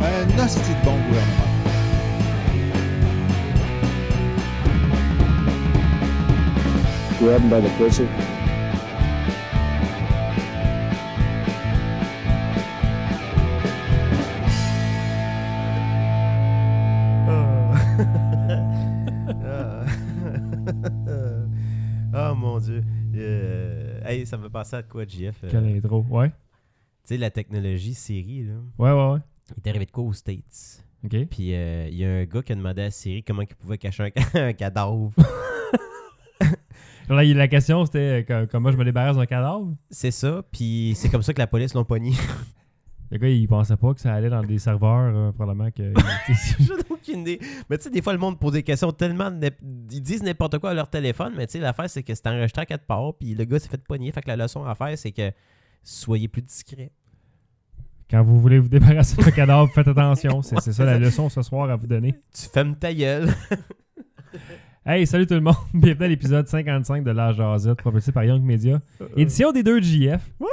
Un hostie de bon gouvernement. grabbed by the pussy. Euh. Ah. oh mon dieu. Euh, hey, ça me passait à quoi, JF? euh, Quelle tu intro. Ouais. sais, la technologie Siri, là. Ouais, ouais, ouais. Il est arrivé de quoi aux States? OK. Puis euh, il y a un gars qui a demandé à Siri comment il pouvait cacher un, un cadavre. Genre, la question, c'était euh, co- comment je me débarrasse d'un cadavre. C'est ça, puis c'est comme ça que la police l'ont pogné. Le gars, il pensait pas que ça allait dans des serveurs, euh, probablement que. J'en ai aucune idée. Mais tu sais, des fois, le monde pose des questions tellement. n'ép- Ils disent n'importe quoi à leur téléphone, mais tu sais, l'affaire, c'est que c'est enregistré à quatre parts, puis le gars s'est fait pogner. Fait que la leçon à faire, c'est que soyez plus discret. Quand vous voulez vous débarrasser d'un cadavre, faites attention. C'est c'est ça la leçon ce soir à vous donner. Tu fermes ta gueule. Hey, salut tout le monde. Bienvenue à l'épisode 55 de L'Âge Jazette, propulsé par Young Media. Euh, Édition des deux JF. Ouais.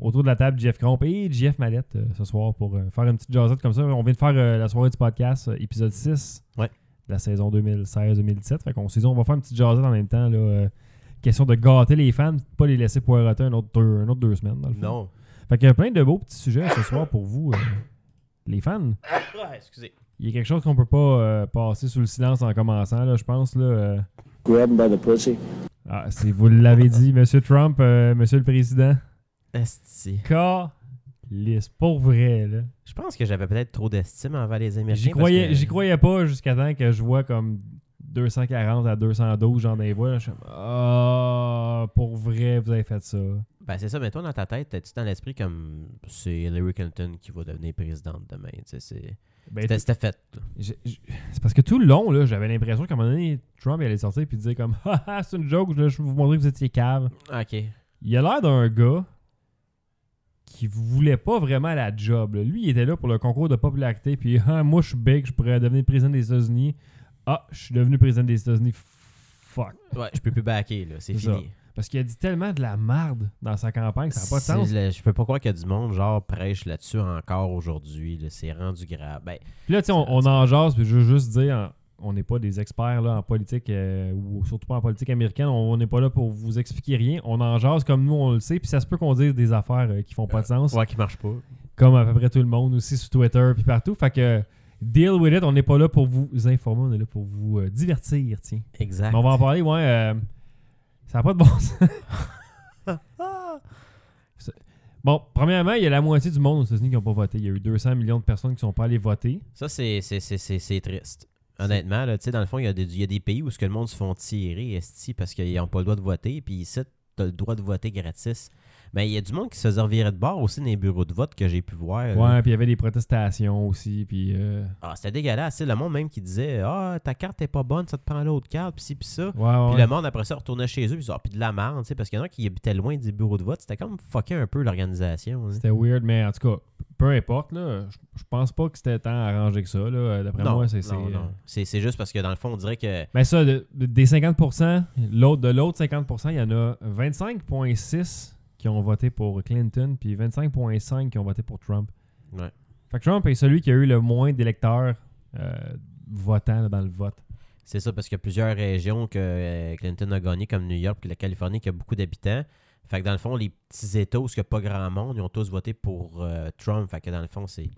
Autour de la table, JF Cromp et JF Mallette euh, ce soir pour euh, faire une petite Jazette comme ça. On vient de faire euh, la soirée du podcast, euh, épisode 6 Ouais. de la saison 2016-2017. Fait qu'on s'est dit, on va faire une petite Jazette en même temps. Là, euh, question de gâter les fans, pas les laisser poireauter un autre deux, un autre deux semaines. Dans le fond. Non. Fait qu'il y a plein de beaux petits sujets ce soir pour vous, euh, les fans. Ah, excusez. Il y a quelque chose qu'on peut pas euh, passer sous le silence en commençant, là, je pense. Là, euh, Grabbed by the pussy. Ah, c'est vous l'avez dit, Monsieur Trump, euh, Monsieur le Président. Esti. Calice, pour vrai, là. Je pense que j'avais peut-être trop d'estime envers les Américains. J'y croyais, parce que- j'y croyais pas jusqu'à temps que je vois comme 240 à 212, j'en ai voix. là, Je suis comme, ah, pour vrai, vous avez fait ça. Ben, c'est ça, mais toi, dans ta tête, t'as-tu dans l'esprit comme c'est Hillary Clinton qui va devenir présidente demain? tu sais, c'est- Ben, C'était c'était fait. là. j'ai- j'ai- c'est parce que tout le long, là, j'avais l'impression qu'à un moment donné, Trump il allait sortir et dire comme, ah, ah, c'est une joke, là, je vais vous montrer que vous étiez cave. Ok. Il a l'air d'un gars qui voulait pas vraiment la job. là. Lui, il était là pour le concours de popularité. Puis, Ah, moi, je suis big, je pourrais devenir président des États-Unis. Ah, je suis devenu président des États-Unis. Fuck. Ouais, je peux plus backer, là. C'est C'est ça. fini. Parce qu'il a dit tellement de la marde dans sa campagne, ça n'a pas de C'est sens. le- je peux pas croire qu'il y a du monde, genre, prêche là-dessus encore aujourd'hui. là. C'est rendu grave. Ben, Puis là, tu sais, on, on en jase, puis je veux juste dire, hein, on n'est pas des experts là, en politique, euh, ou surtout pas en politique américaine. On on n'est pas là pour vous expliquer rien. On en jase comme nous, on le sait. Puis ça se peut qu'on dise des affaires euh, qui font pas de sens. ouais, qui marche pas. comme à peu près tout le monde aussi sur Twitter puis partout. Fait que deal with it, on n'est pas là pour vous informer, on est là pour vous euh, divertir, tiens. Exact. Mais on va en parler, ouais. euh, ça n'a pas de bon sens. C'est- bon, premièrement, il y a la moitié du monde aux États-Unis qui n'ont pas voté. Il y a eu 200 millions de personnes qui sont pas allées voter. Ça, c'est c'est- c'est- c'est- c'est triste. Honnêtement, là, tu sais, dans le fond, il y, a des- il y a des pays où ce que le monde se font tirer, esti, parce qu'ils n'ont pas le droit de voter, puis ici, tu as le droit de voter gratis. Mais il y a du monde qui se servirait de bord aussi dans les bureaux de vote que j'ai pu voir. là. Ouais, puis il y avait des protestations aussi, puis... euh, Ah, c'était dégueulasse. tu sais, Le monde même qui disait Ah, ta carte est pas bonne, ça te prend l'autre carte, puis ci, puis ça. ouais, ouais, Puis le monde, après ça, retournait chez eux, puis ils disaient, Ah, puis de la merde, tu sais, parce qu'il y en a qui habitaient loin des bureaux de vote. C'était comme fucké un peu l'organisation. hein. C'était weird, mais en tout cas, peu importe, là, je je pense pas que c'était tant arrangé que ça, là. D'après Non, moi, c'est... c'est, non, euh, non. C'est c'est juste parce que dans le fond, on dirait que. Mais ça, de- de- des 50%, l'autre de l'autre 50%, il y en a 25,6 qui ont voté pour Clinton, puis 25,5 qui ont voté pour Trump. Ouais. Fait que Trump est celui qui a eu le moins d'électeurs euh, votants là, dans le vote. C'est ça, parce qu'il y a plusieurs régions que euh, Clinton a gagné, comme New York puis la Californie, qui a beaucoup d'habitants. Fait que dans le fond, les petits États où il n'y a pas grand monde, ils ont tous voté pour euh, Trump. Fait que dans le fond, c'est.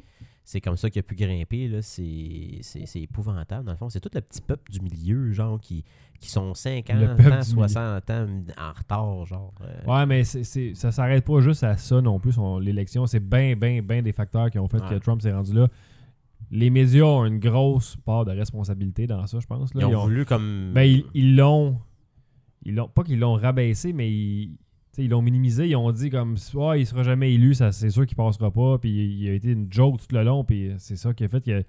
C'est comme ça qu'il a pu grimper, là. C'est, c'est, c'est épouvantable, dans le fond. C'est tout le petit peuple du milieu, genre, qui, qui sont 50 peuple ans, du 60 ans en retard, genre. euh, Ouais, mais c'est- c'est- ça s'arrête pas juste à ça non plus, son- l'élection. C'est bien, bien, bien des facteurs qui ont fait Ouais. que Trump s'est rendu là. Les médias ont une grosse part de responsabilité dans ça, je pense. là. Ils ont Ils ont- voulu comme. Ben, ils- ils l'ont. Ils l'ont. Pas qu'ils l'ont rabaissé, mais ils. tu sais, ils l'ont minimisé, ils ont dit comme soit il sera jamais élu, ça c'est sûr qu'il passera pas, puis il a été une joke tout le long, puis c'est ça qui a fait que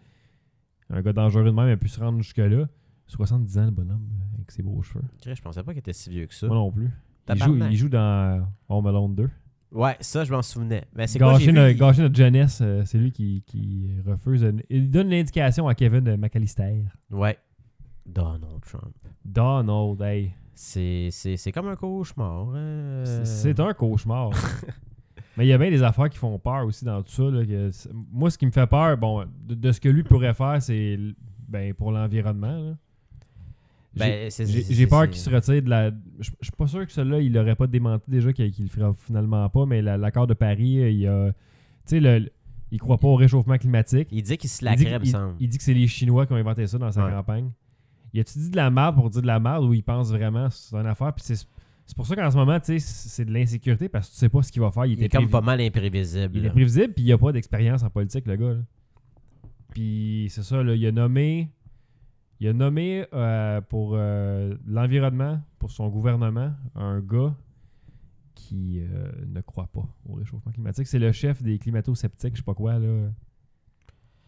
un gars dangereux de même a pu se rendre jusque-là. 70 ans le bonhomme avec ses beaux cheveux. Chris, Je pensais pas qu'il était si vieux que ça. Moi non plus. Il joue, Tabarnak. il joue dans Home Alone 2. Ouais, ça, je m'en souvenais. Mais c'est quoi, j'ai Gâcher vu, notre, il- gâcher notre jeunesse, euh, c'est lui qui, qui refuse. une- il donne l'indication à Kevin McAllister. Ouais. Donald Trump. Donald, hey. C'est- C'est c'est comme un cauchemar. hein. C'est- C'est un cauchemar. Mais il y a bien des affaires qui font peur aussi dans tout ça. là, que c'est- moi, ce qui me fait peur, bon, de, de ce que lui pourrait faire, c'est l- ben, pour l'environnement. là. Ben, c'est- J'ai c'est- j'ai peur c'est- qu'il se retire de la. Je je suis pas sûr que celui-là, il l'aurait pas démenti déjà, qu'il qu'il le fera finalement pas, mais la- l'accord de Paris, euh, il a. Tu sais, le- il croit pas au réchauffement climatique. Il dit qu'il se il, dit, laquerait, me il- semble. il dit que c'est les Chinois qui ont inventé ça dans sa Ouais. campagne. Il a-tu dit de la merde pour dire de la merde ou il pense vraiment c'est une affaire? Puis c'est c'est pour ça qu'en ce moment, tu sais, c'est de l'insécurité parce que tu sais pas ce qu'il va faire. Il, Il était est comme prévi- pas mal imprévisible. il est là. prévisible, puis il a pas d'expérience en politique, le gars. là. Puis c'est ça, là, il a nommé. Il a nommé euh, pour euh, l'environnement, pour son gouvernement, un gars qui euh, ne croit pas au réchauffement climatique. C'est le chef des climato-sceptiques, je sais pas quoi, là.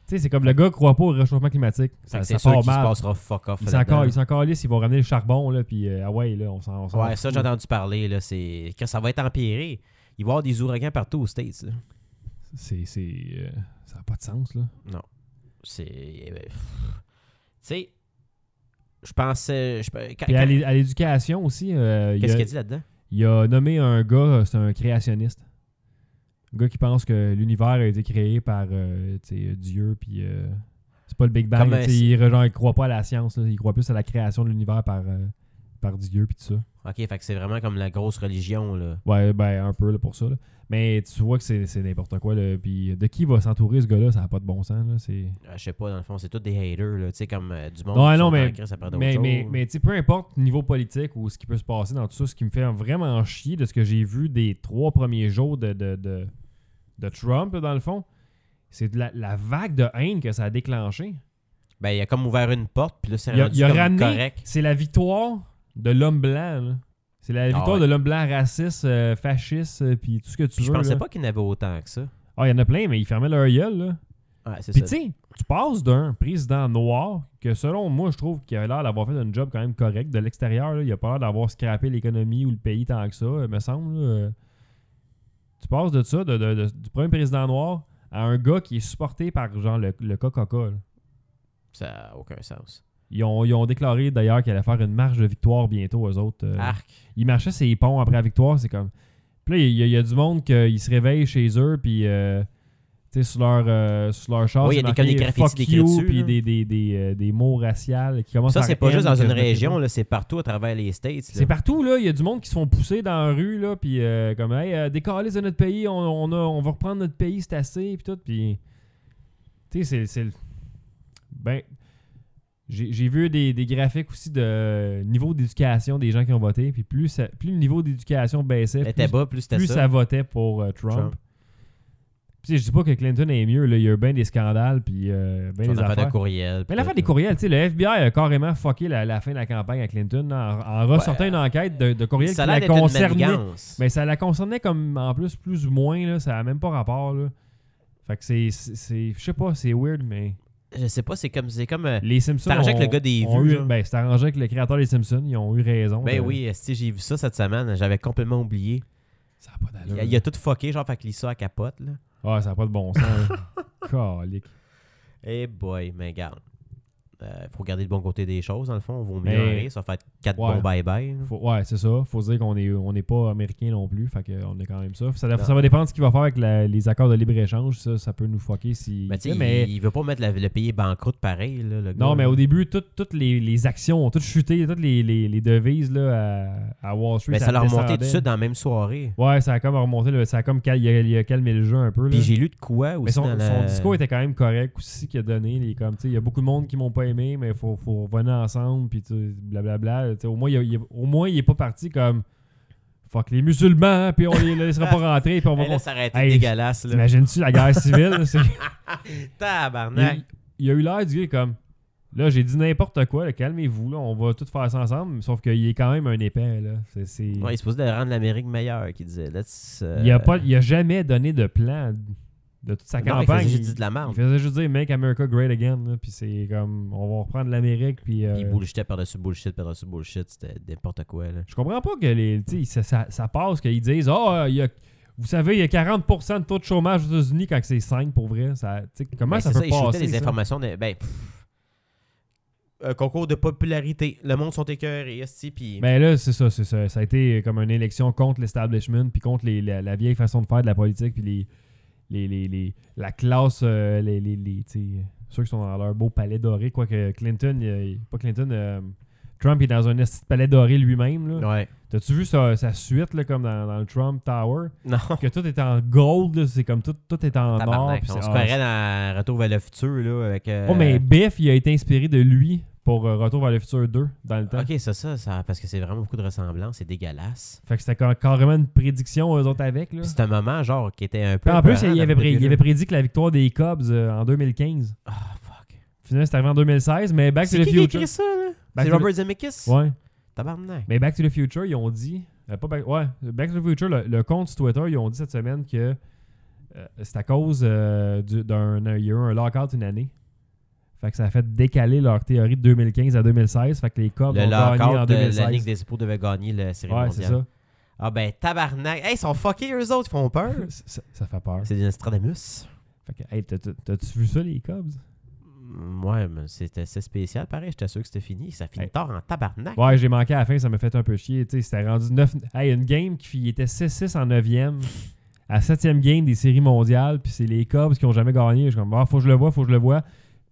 Tu sais, c'est comme le gars qui croit pas au réchauffement climatique. Fait Ça, que C'est ça sûr part qu'il se mal. passera fuck off. Ils s'en là-dedans. calent- ils s'en calissent, ils vont ramener le charbon, là, puis euh, ah ouais, là, on s'en on s'en Ouais, ça, fout. j'ai entendu parler. Là, c'est... Que ça va être empiré. Il va y avoir des ouragans partout aux States. là. C'est... c'est, euh, ça n'a pas de sens, là. C'est. euh, pff. Tu sais, je pensais. je- quand- Puis à quand- l'é- à l'éducation aussi, euh, il y Qu'est-ce a- qu'il a dit là-dedans Il a nommé un gars, euh, c'est un créationniste. Un gars qui pense que l'univers a été créé par euh, tu sais, Dieu, puis euh, c'est pas le Big Bang. Comme un- tu sais, il, re- genre, il croit pas à la science, là. il croit plus à la création de l'univers par, euh, par Dieu, puis tout ça. Ok, fait que c'est vraiment comme la grosse religion. Là. Ouais, ben un peu là, pour ça. là. Mais tu vois que c'est c'est n'importe quoi. Là. Puis de qui va s'entourer ce gars-là, ça n'a pas de bon sens. Là. C'est- Euh, Je sais pas, dans le fond, c'est tous des haters. Là, tu sais, comme euh, du monde. Non, qui non, sont mais- en crise à part d'autres Mais, mais, choses. mais tu sais, peu importe niveau politique ou ce qui peut se passer dans tout ça, ce qui me fait vraiment chier de ce que j'ai vu des trois premiers jours de, de, de, de Trump, là, dans le fond, c'est de la, la vague de haine que ça a déclenché. Ben, il a comme ouvert une porte, puis là, c'est Il a, rendu il a comme ramené. correct. C'est la victoire de l'homme blanc. là. C'est la victoire Ah ouais. de l'homme blanc raciste, euh, fasciste, euh, puis tout ce que tu Puis je veux. pensais là. pas qu'il n'avait autant que ça. Ah, il y en a plein, mais ils fermaient leur gueule. Là. Ouais, c'est Puis ça. tu sais, tu passes d'un président noir que selon moi, je trouve qu'il a l'air d'avoir fait un job quand même correct de l'extérieur. là. Il a pas l'air d'avoir scrappé l'économie ou le pays tant que ça, euh, me semble. là. Euh, Tu passes de ça, de- de- de- du premier président noir, à un gars qui est supporté par genre le, le Coca-Cola. là. Ça n'a aucun sens. Ils ont, ils ont déclaré d'ailleurs qu'ils allaient faire une marche de victoire bientôt aux autres. euh, Arc. ils marchaient ses ponts après la victoire, c'est comme. Puis là, il y, a- il y a du monde qui se réveille chez eux, puis. euh, tu sais, sur leur, euh, sur leur char, Oui, il y a c'est des- comme des marqué, graffitis fuck décrits you dessus, puis là. des, des, des, euh, des mots raciaux qui commencent Ça, par c'est pas juste N, dans que une je mettrai pas. région, là, c'est partout à travers les States. là. C'est partout, là. Il y a du monde qui se font pousser dans la rue, là, puis euh, comme, hey, euh, décalez de notre pays, on, on, a- on va reprendre notre pays, c'est assez, puis tout. Puis, tu sais, c'est- c'est. le- Ben. J'ai j'ai vu des, des graphiques aussi de niveau d'éducation des gens qui ont voté, puis plus, ça- plus le niveau d'éducation baissait, était plus, bas, plus c'était plus ça. ça votait pour euh, Trump. Trump. Puis, je dis pas que Clinton est mieux, là. Il y a eu bien des scandales, puis euh, bien Son des affaire affaires. de courriel. Mais puis l'affaire tout, des courriels, tu sais, le FBI a carrément fucké la, la fin de la campagne à Clinton en, en ressortant Ouais. une enquête de, de courriel qui Ça a l'air la d'être une concernait. manigance. Mais ça la concernait comme en plus, plus ou moins, là, ça n'a même pas rapport. Là. Fait que c'est. c'est- c'est- Je sais pas, c'est weird, mais. Je sais pas, c'est comme. C'est comme euh, Les Simpsons. C'est arrangé avec ont- le gars des ont vues, eu- genre. ben, c'est arrangé avec le créateur des Simpsons, ils ont eu raison. euh, ben de- oui, esti, j'ai vu ça cette semaine, j'avais complètement oublié. Ça n'a pas Il, d'allure. a- il a tout fucké, genre, fait que Lisa elle capote, là. Ah, ça n'a pas de bon sens. hein. Calique. Eh boy, mais regarde. Euh, faut garder le bon côté des choses, dans le fond. On vaut mieux Mais- en rire, ça va faire 4 Ouais. bons bye-bye. là. Faut- ouais, c'est ça. Faut se dire qu'on est, on n'est pas américain non plus. Fait qu'on est quand même ça. Ça, Non. ça va dépendre de ce qu'il va faire avec la- les accords de libre-échange. Ça, ça peut nous fucker si. Mais tu sais, mais- il, il veut pas mettre la- le pays banqueroute pareil, là, le gars, Non, mais là. au début, tout- toutes les, les actions ont toutes chuté, toutes les, les- les devises là, à, à Wall Street. Ben, ça l'a remonté tout de descendait. suite dans la même soirée. Ouais, ça a comme remonté, le- ça a comme cal- il a, il a calmé le jeu un peu. là. Puis j'ai lu de quoi aussi. Mais son, dans son la- discours était quand même correct aussi qu'il a donné. les comme, tu sais, il y a beaucoup de monde qui m'ont pas aimé, mais il faut, faut revenir ensemble, puis tu sais, blablabla. Tu sais, Au moins, il, a- il a- au moins, il est pas parti comme fuck les musulmans, puis on les laissera pas rentrer, puis on va. Hey, là, ça aurait été Hey, dégueulasse, là. T'imagines-tu la guerre civile? là, c'est- Tabarnak. il, il a eu l'air du gars comme là j'ai dit n'importe quoi là, calmez-vous là on va tout faire ça ensemble sauf qu'il est quand même un épais là c'est c'est- Ouais, il est supposé de rendre l'Amérique meilleure, qu'il disait. Let's, euh, il a pas il a jamais donné de plan de toute sa Non, il campagne faisait juste de la merde. il faisait juste dire make America great again là, puis c'est comme on va reprendre l'Amérique puis, euh, Puis bullshitait par-dessus bullshit, par-dessus bullshit. C'était n'importe quoi, là. je comprends pas que les tu sais, ça, ça- ça passe qu'ils disent oh euh, il y a- vous savez, il y a 40% de taux de chômage aux États-Unis quand c'est 5 pour vrai. Ça, tu sais, comment Ben, ça c'est peut il shootait passer? les ça? informations. de- ben, pff. un concours de popularité. Le monde sont écœurés, esti, puis... Ben là, c'est ça, c'est ça. Ça a été comme une élection contre l'establishment, puis contre les- la, la vieille façon de faire de la politique, puis les, les, les, les- la classe, euh, les, les, les- tu sais, ceux qui sont dans leur beau palais doré, quoique Clinton, il- il- pas Clinton, euh, Trump est dans un esti de palais doré lui-même. là. Ouais. T'as-tu vu sa, sa suite, là, comme dans, dans le Trump Tower, Non, que tout est en gold, là, c'est comme tout, tout est en or. tabarnak. puis On c'est- se ah, croirait dans Retour vers le futur, là, avec... euh, Oh, mais Biff, il a été inspiré de lui pour euh, Retour vers le futur 2 dans le temps. Ok, c'est ça, ça, parce que c'est vraiment beaucoup de ressemblance, c'est dégueulasse. Fait que c'était ca- carrément une prédiction, eux autres, avec. Là. Puis c'est un moment, genre, qui était un peu. Puis en plus, épeurant, il avait, dans le pré- il début, avait là. prédit que la victoire des Cubs euh, en 2015. Ah, fuck. Finalement, c'est arrivé en 2016, mais Back to C'est the qui qui a Future. écrit ça, là Back C'est to the- Robert Zemeckis Ouais. Tabarnak. Mais Back to the Future, ils ont dit. euh, pas Back, ouais, Back to the Future, le, le compte sur Twitter, ils ont dit cette semaine que euh, c'est à cause euh, du- d'un. un- Il y a eu un lockout une année. Fait que ça a fait décaler leur théorie de 2015 à 2016. Fait que les Cubs ont Le gagné en lockout de la 2016. Ligue des Dépôts devait gagner la série ouais, c'est mondiale. ça. Ah, ben, tabarnak. Hey, ils sont fuckés, eux autres, ils font peur. ça. ça fait peur. c'est des Nostradamus. Fait que, hey, t'as- t'as- t'as-tu vu ça, les Cubs? Mm, Ouais, mais c'était assez spécial, pareil. J'étais sûr que c'était fini. Ça finit Hey. tard en tabarnak. Ouais, j'ai manqué à la fin, ça m'a fait un peu chier. Tu sais, c'était rendu 9. Hey, une game qui était 6-6 en 9e, à 7e game des séries mondiales, puis c'est les Cubs qui ont jamais gagné. Je suis comme, ah, faut que je le vois, faut que je le vois.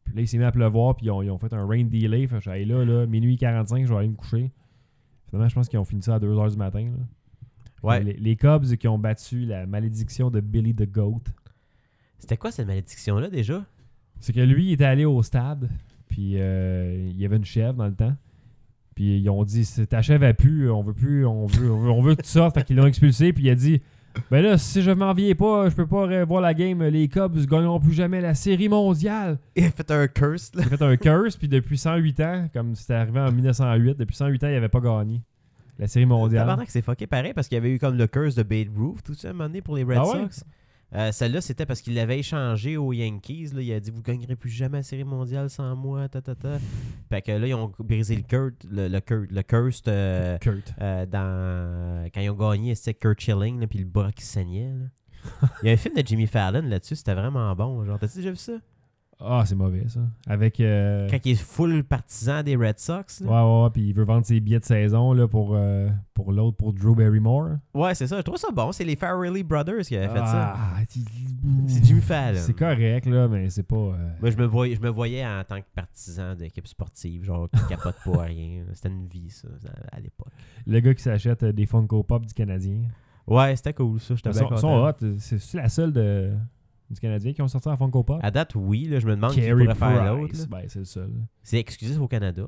Puis là, il s'est mis à pleuvoir, puis ils ont, ils ont fait un rain delay. Fait que je suis allé là, là, minuit 45, je vais aller me coucher. Finalement, je pense qu'ils ont fini ça à 2h du matin. là. Puis Ouais. Les, les Cubs qui ont battu la malédiction de Billy the Goat. C'était quoi cette malédiction-là déjà C'est que lui, il était allé au stade, puis euh, il y avait une chèvre dans le temps. Puis ils ont dit C'est- Ta chèvre a pu, on veut plus, on veut, on veut, on veut que tu sortes. Fait qu'ils l'ont expulsé, puis il a dit Ben là, si je m'en viens pas, je peux pas euh, voir la game, les Cubs gagneront plus jamais la série mondiale. Il a fait un curse, là. Il a fait un curse, puis depuis 108 ans, comme c'était arrivé en 1908, depuis 108 ans, il avait pas gagné la série mondiale. Tabarnak, c'est fucké pareil parce qu'il y avait eu comme le curse de Babe Ruth tout ça à un moment donné pour les Red Ah ouais? Sox. Euh, Celle-là, c'était parce qu'il l'avait échangé aux Yankees. là. Il a dit Vous gagnerez plus jamais la Série mondiale sans moi. Ta, ta, ta. Fait que là, ils ont brisé le, cur le, le, cur- le curse euh, Kurt. euh, dans... quand ils ont gagné. C'était Kurt Schilling, là, puis le bras qui saignait. là. Il y a un film de Jimmy Fallon là-dessus, c'était vraiment bon. Genre, t'as-tu déjà vu ça Ah, c'est mauvais, ça. Avec. euh, Quand il est full partisan des Red Sox. là. Ouais, ouais, ouais, puis il veut vendre ses billets de saison là, pour, euh, pour l'autre, pour Drew Barrymore. Ouais, c'est ça. Je trouve ça bon. C'est les Farrelly Brothers qui avaient fait ça. Ah, il- C'est Jimmy Fallon. C'est correct, là, mais c'est pas. euh, Moi, je me voyais, je me voyais en tant que partisan d'équipe sportive, genre qui capote pas à rien. C'était une vie, ça, à- à l'époque. Le gars qui s'achète euh, des Funko Pop du Canadien. Ouais, c'était cool, ça. J'étais Ils bien sont, content. sont hot. C'est c'est la seule de, du Canadien qui ont sorti en Funko Pop. À date, oui. là, je me demande qui Carey pourrait faire l'autre. Price. là. Ben, c'est le seul. C'est exclusif au Canada.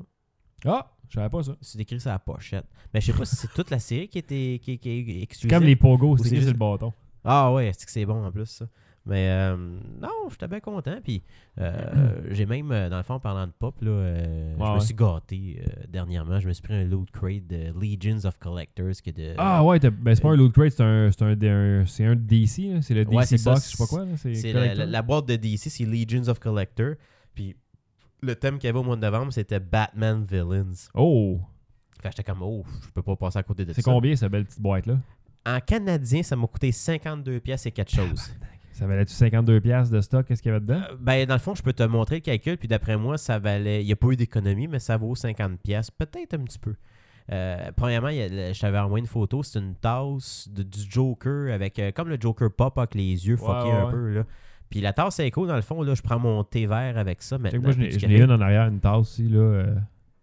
Ah, je savais pas ça. C'est écrit sur la pochette. Mais je sais pas si c'est toute la série qui, était, qui, qui est exclusive. Comme les Pogos, Ou c'est c'est juste juste- le bâton. Ah ouais, c'est que c'est bon en plus, ça. Mais euh, non, j'étais bien content. Puis euh, j'ai même, euh, dans le fond, en parlant de pop, là, euh, Ouais, je me ouais. suis gâté euh, dernièrement. Je me suis pris un loot crate de Legions of Collectors. Qui est de, ah ouais, t'as- ben, c'est pas un euh, loot crate, c'est un, c'est un, un- c'est un DC. là. C'est le DC Ouais, c'est Box, ça, je sais pas quoi. là. C'est C'est hein? la, la- collector. la boîte de DC, c'est Legions of Collector. Puis le thème qu'il y avait au mois de novembre, c'était Batman Villains. Oh, Fait que j'étais comme, oh, je peux pas passer à côté de ça. c'est combien cette belle petite boîte-là En canadien, ça m'a coûté 52 pièces et quatre choses. Ça valait-tu 52$ piastres de stock Qu'est-ce qu'il y avait dedans Euh, Ben, dans le fond, je peux te montrer le calcul, puis d'après moi, ça valait. Il n'y a pas eu d'économie, mais ça vaut 50$, piastres, peut-être un petit peu. Euh, premièrement, il y a le- je t'avais envoyé une photo, c'est une tasse de- du Joker avec euh, comme le Joker pop avec les yeux Ouais, fuckés ouais, un ouais. peu. Là. Puis la tasse est cool, dans le fond, là, je prends mon thé vert avec ça Check, maintenant. Moi, je puis n'ai- du je café. n'ai une en arrière, une tasse aussi. Là, euh,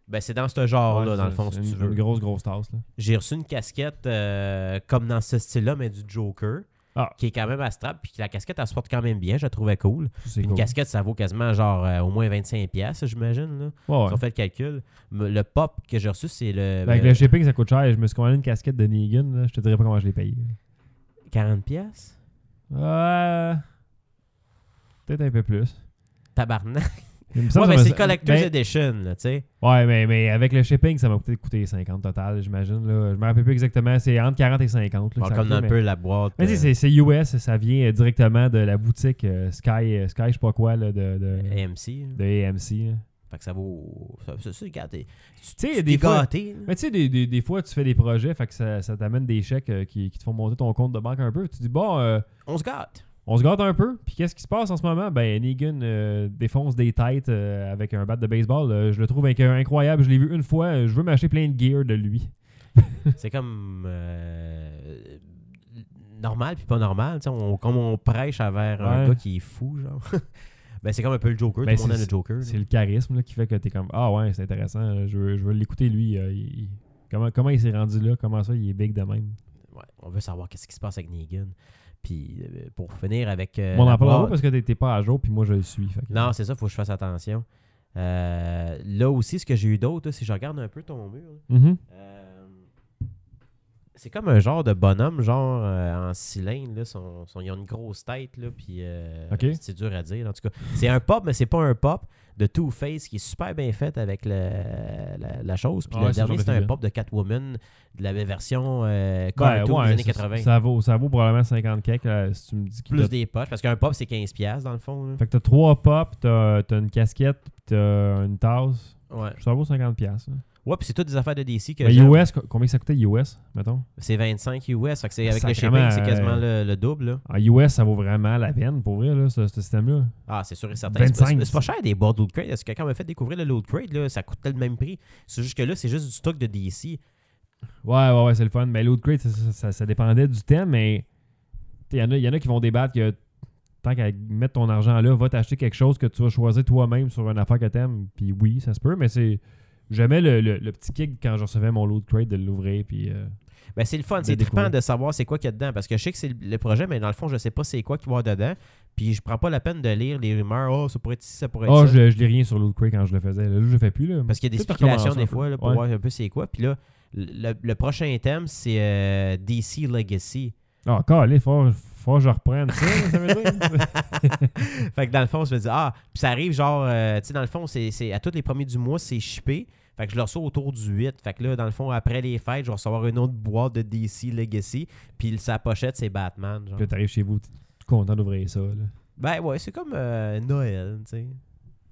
Ben, c'est dans ce genre-là, Ah Ouais, dans le c'est- fond, si c'est tu une, veux. Une grosse, grosse tasse. Là. J'ai reçu une casquette euh, comme dans ce style-là, mais du Joker, Ah. qui est quand même à strap, puis la casquette, elle se porte quand même bien, je la trouvais cool. Ça, Puis C'est une cool. casquette, ça vaut quasiment genre euh, au moins 25$, piastres, j'imagine, là. Ouais, Si ouais. on fait le calcul, me- le pop que j'ai reçu, c'est le, Ben, Avec euh, le shipping, ça coûte cher. Je me suis commandé une casquette de Negan. là. Je te dirais pas comment je l'ai payé. 40$. piastres. Euh, Peut-être un peu plus. Tabarnak. Il me Ouais, semble mais que ça c'est me- le Collector's ben, Edition, là, tu sais. Ouais, mais, mais avec le shipping, ça m'a peut-être coûté 50 total, j'imagine. là. Je me rappelle plus exactement. C'est entre 40 et 50. là, que Bon, ça comme coûte, un mais- peu la boîte. Mais tu euh, sais, c'est c'est US. Ça vient euh, directement de la boutique euh, Sky, euh, Sky je sais pas quoi, là, de, de, AMC. là. de AMC. là. Fait que ça vaut. Ça, ça, ça, regarde, t'es- Tu sais, il y a t'es des fois- gâté, là. Mais tu sais, des, des- des fois, tu fais des projets, fait que ça, ça t'amène des chèques euh, qui, qui te font monter ton compte de banque un peu. Tu dis, bon, euh, On se gâte. On se gâte un peu. Puis qu'est-ce qui se passe en ce moment? Ben, Negan euh, défonce des têtes euh, avec un bat de baseball. Euh, je le trouve inc- incroyable. Je l'ai vu une fois. Euh, Je veux m'acheter plein de gear de lui. C'est comme euh, normal puis pas normal. tu sais, On, comme on prêche à vers un Ouais. gars qui est fou, genre. ben, c'est comme un peu le Joker. Ben, Tout le monde c'est- a le Joker. là. C'est le charisme là, qui fait que t'es comme Ah ouais, c'est intéressant. là. Je veux, je veux l'écouter lui. Euh, il- il- comment, comment il s'est rendu là? Comment ça, il est big de même? Ouais, on veut savoir qu'est-ce qui se passe avec Negan. Puis euh, pour finir avec. euh, Bon, on la en parlera boîte- pas parce que t'es- t'es pas à jour, puis moi je le suis. Fait que- Non, c'est ça, faut que je fasse attention. Euh, là aussi, ce que j'ai eu d'autre, là, si je regarde un peu ton mur, là, Mhm. euh, c'est comme un genre de bonhomme, genre euh, en cylindre. Là, son, son- ils ont une grosse tête, là, puis euh, Ok. c'est dur à dire. En tout cas, c'est un pop, mais c'est pas un pop de Two-Face qui est super bien fait avec le- la, la chose. Puis Ouais, le c'est le dernier, genre de c'était un figure. pop de Catwoman de la version euh, Ben, cartoon ouais, des années ça- 80. Ça, vaut, ça vaut probablement 50 cakes là, si tu me dis que plus t'as- des poches, parce qu'un pop, c'est 15$ piastres, dans le fond. là. Fait que t'as trois pop, t'as t'as une casquette, pis t'as une tasse. Ouais, Ça vaut 50$. piastres, là. ouais puis c'est toutes des affaires de DC que Mais j'aime. US, co- combien ça coûtait US, mettons? C'est 25 US. Fait que c'est avec le shipping, Sacrément, c'est quasiment euh, le, le double. là. En US, ça vaut vraiment la peine, pour vrai, là, ce, ce système-là. Ah, c'est sûr et certain. C'est pas- 25, C'est pas, cher des boîtes loot crate. Parce que quand on m'a fait découvrir le loot crate, là, ça coûtait le même prix. C'est juste que là, c'est juste du stock de DC. Ouais, ouais, ouais, c'est le fun. Mais l'autre crate, ça, ça- ça- ça dépendait du thème, mais il y, en a- y en a qui vont débattre que tant qu'à mettre ton argent là, va t'acheter quelque chose que tu vas choisir toi-même sur une affaire que t'aimes. Puis oui, ça se peut, mais c'est... J'aimais le, le- le petit kick quand je recevais mon loot crate de l'ouvrir, puis... euh, Ben, c'est le fun. De C'est trippant découvrir. de savoir c'est quoi qu'il y a dedans. Parce que je sais que c'est le- le projet, mais dans le fond, je sais pas c'est quoi qu'il va y avoir dedans. Puis je prends pas la peine de lire les rumeurs. Oh, ça pourrait être ci, ça pourrait être ça. Ah, je, je lis rien sur Loot Crate quand je le faisais. Là, je le fais plus. Là. Parce qu'il y a des Tout spéculations recommence un des peu. fois là, pour Ouais. voir un peu c'est quoi. Puis là, le, le prochain thème, c'est euh, DC Legacy. Ah, calé, faut, faut que je reprenne ça, là, ça veut dire. fait que dans le fond, je me dis, ah, puis ça arrive genre, euh, tu sais, dans le fond, c'est c'est- à tous les premiers du mois, c'est chippé. Fait que je le reçois autour du 8. Fait que là, dans le fond, après les fêtes, je vais recevoir une autre boîte de DC Legacy. Puis sa pochette, c'est Batman. Genre. Puis là, t'arrives chez vous, t'es tout content d'ouvrir ça. là. Ben ouais, c'est comme euh, Noël, tu sais.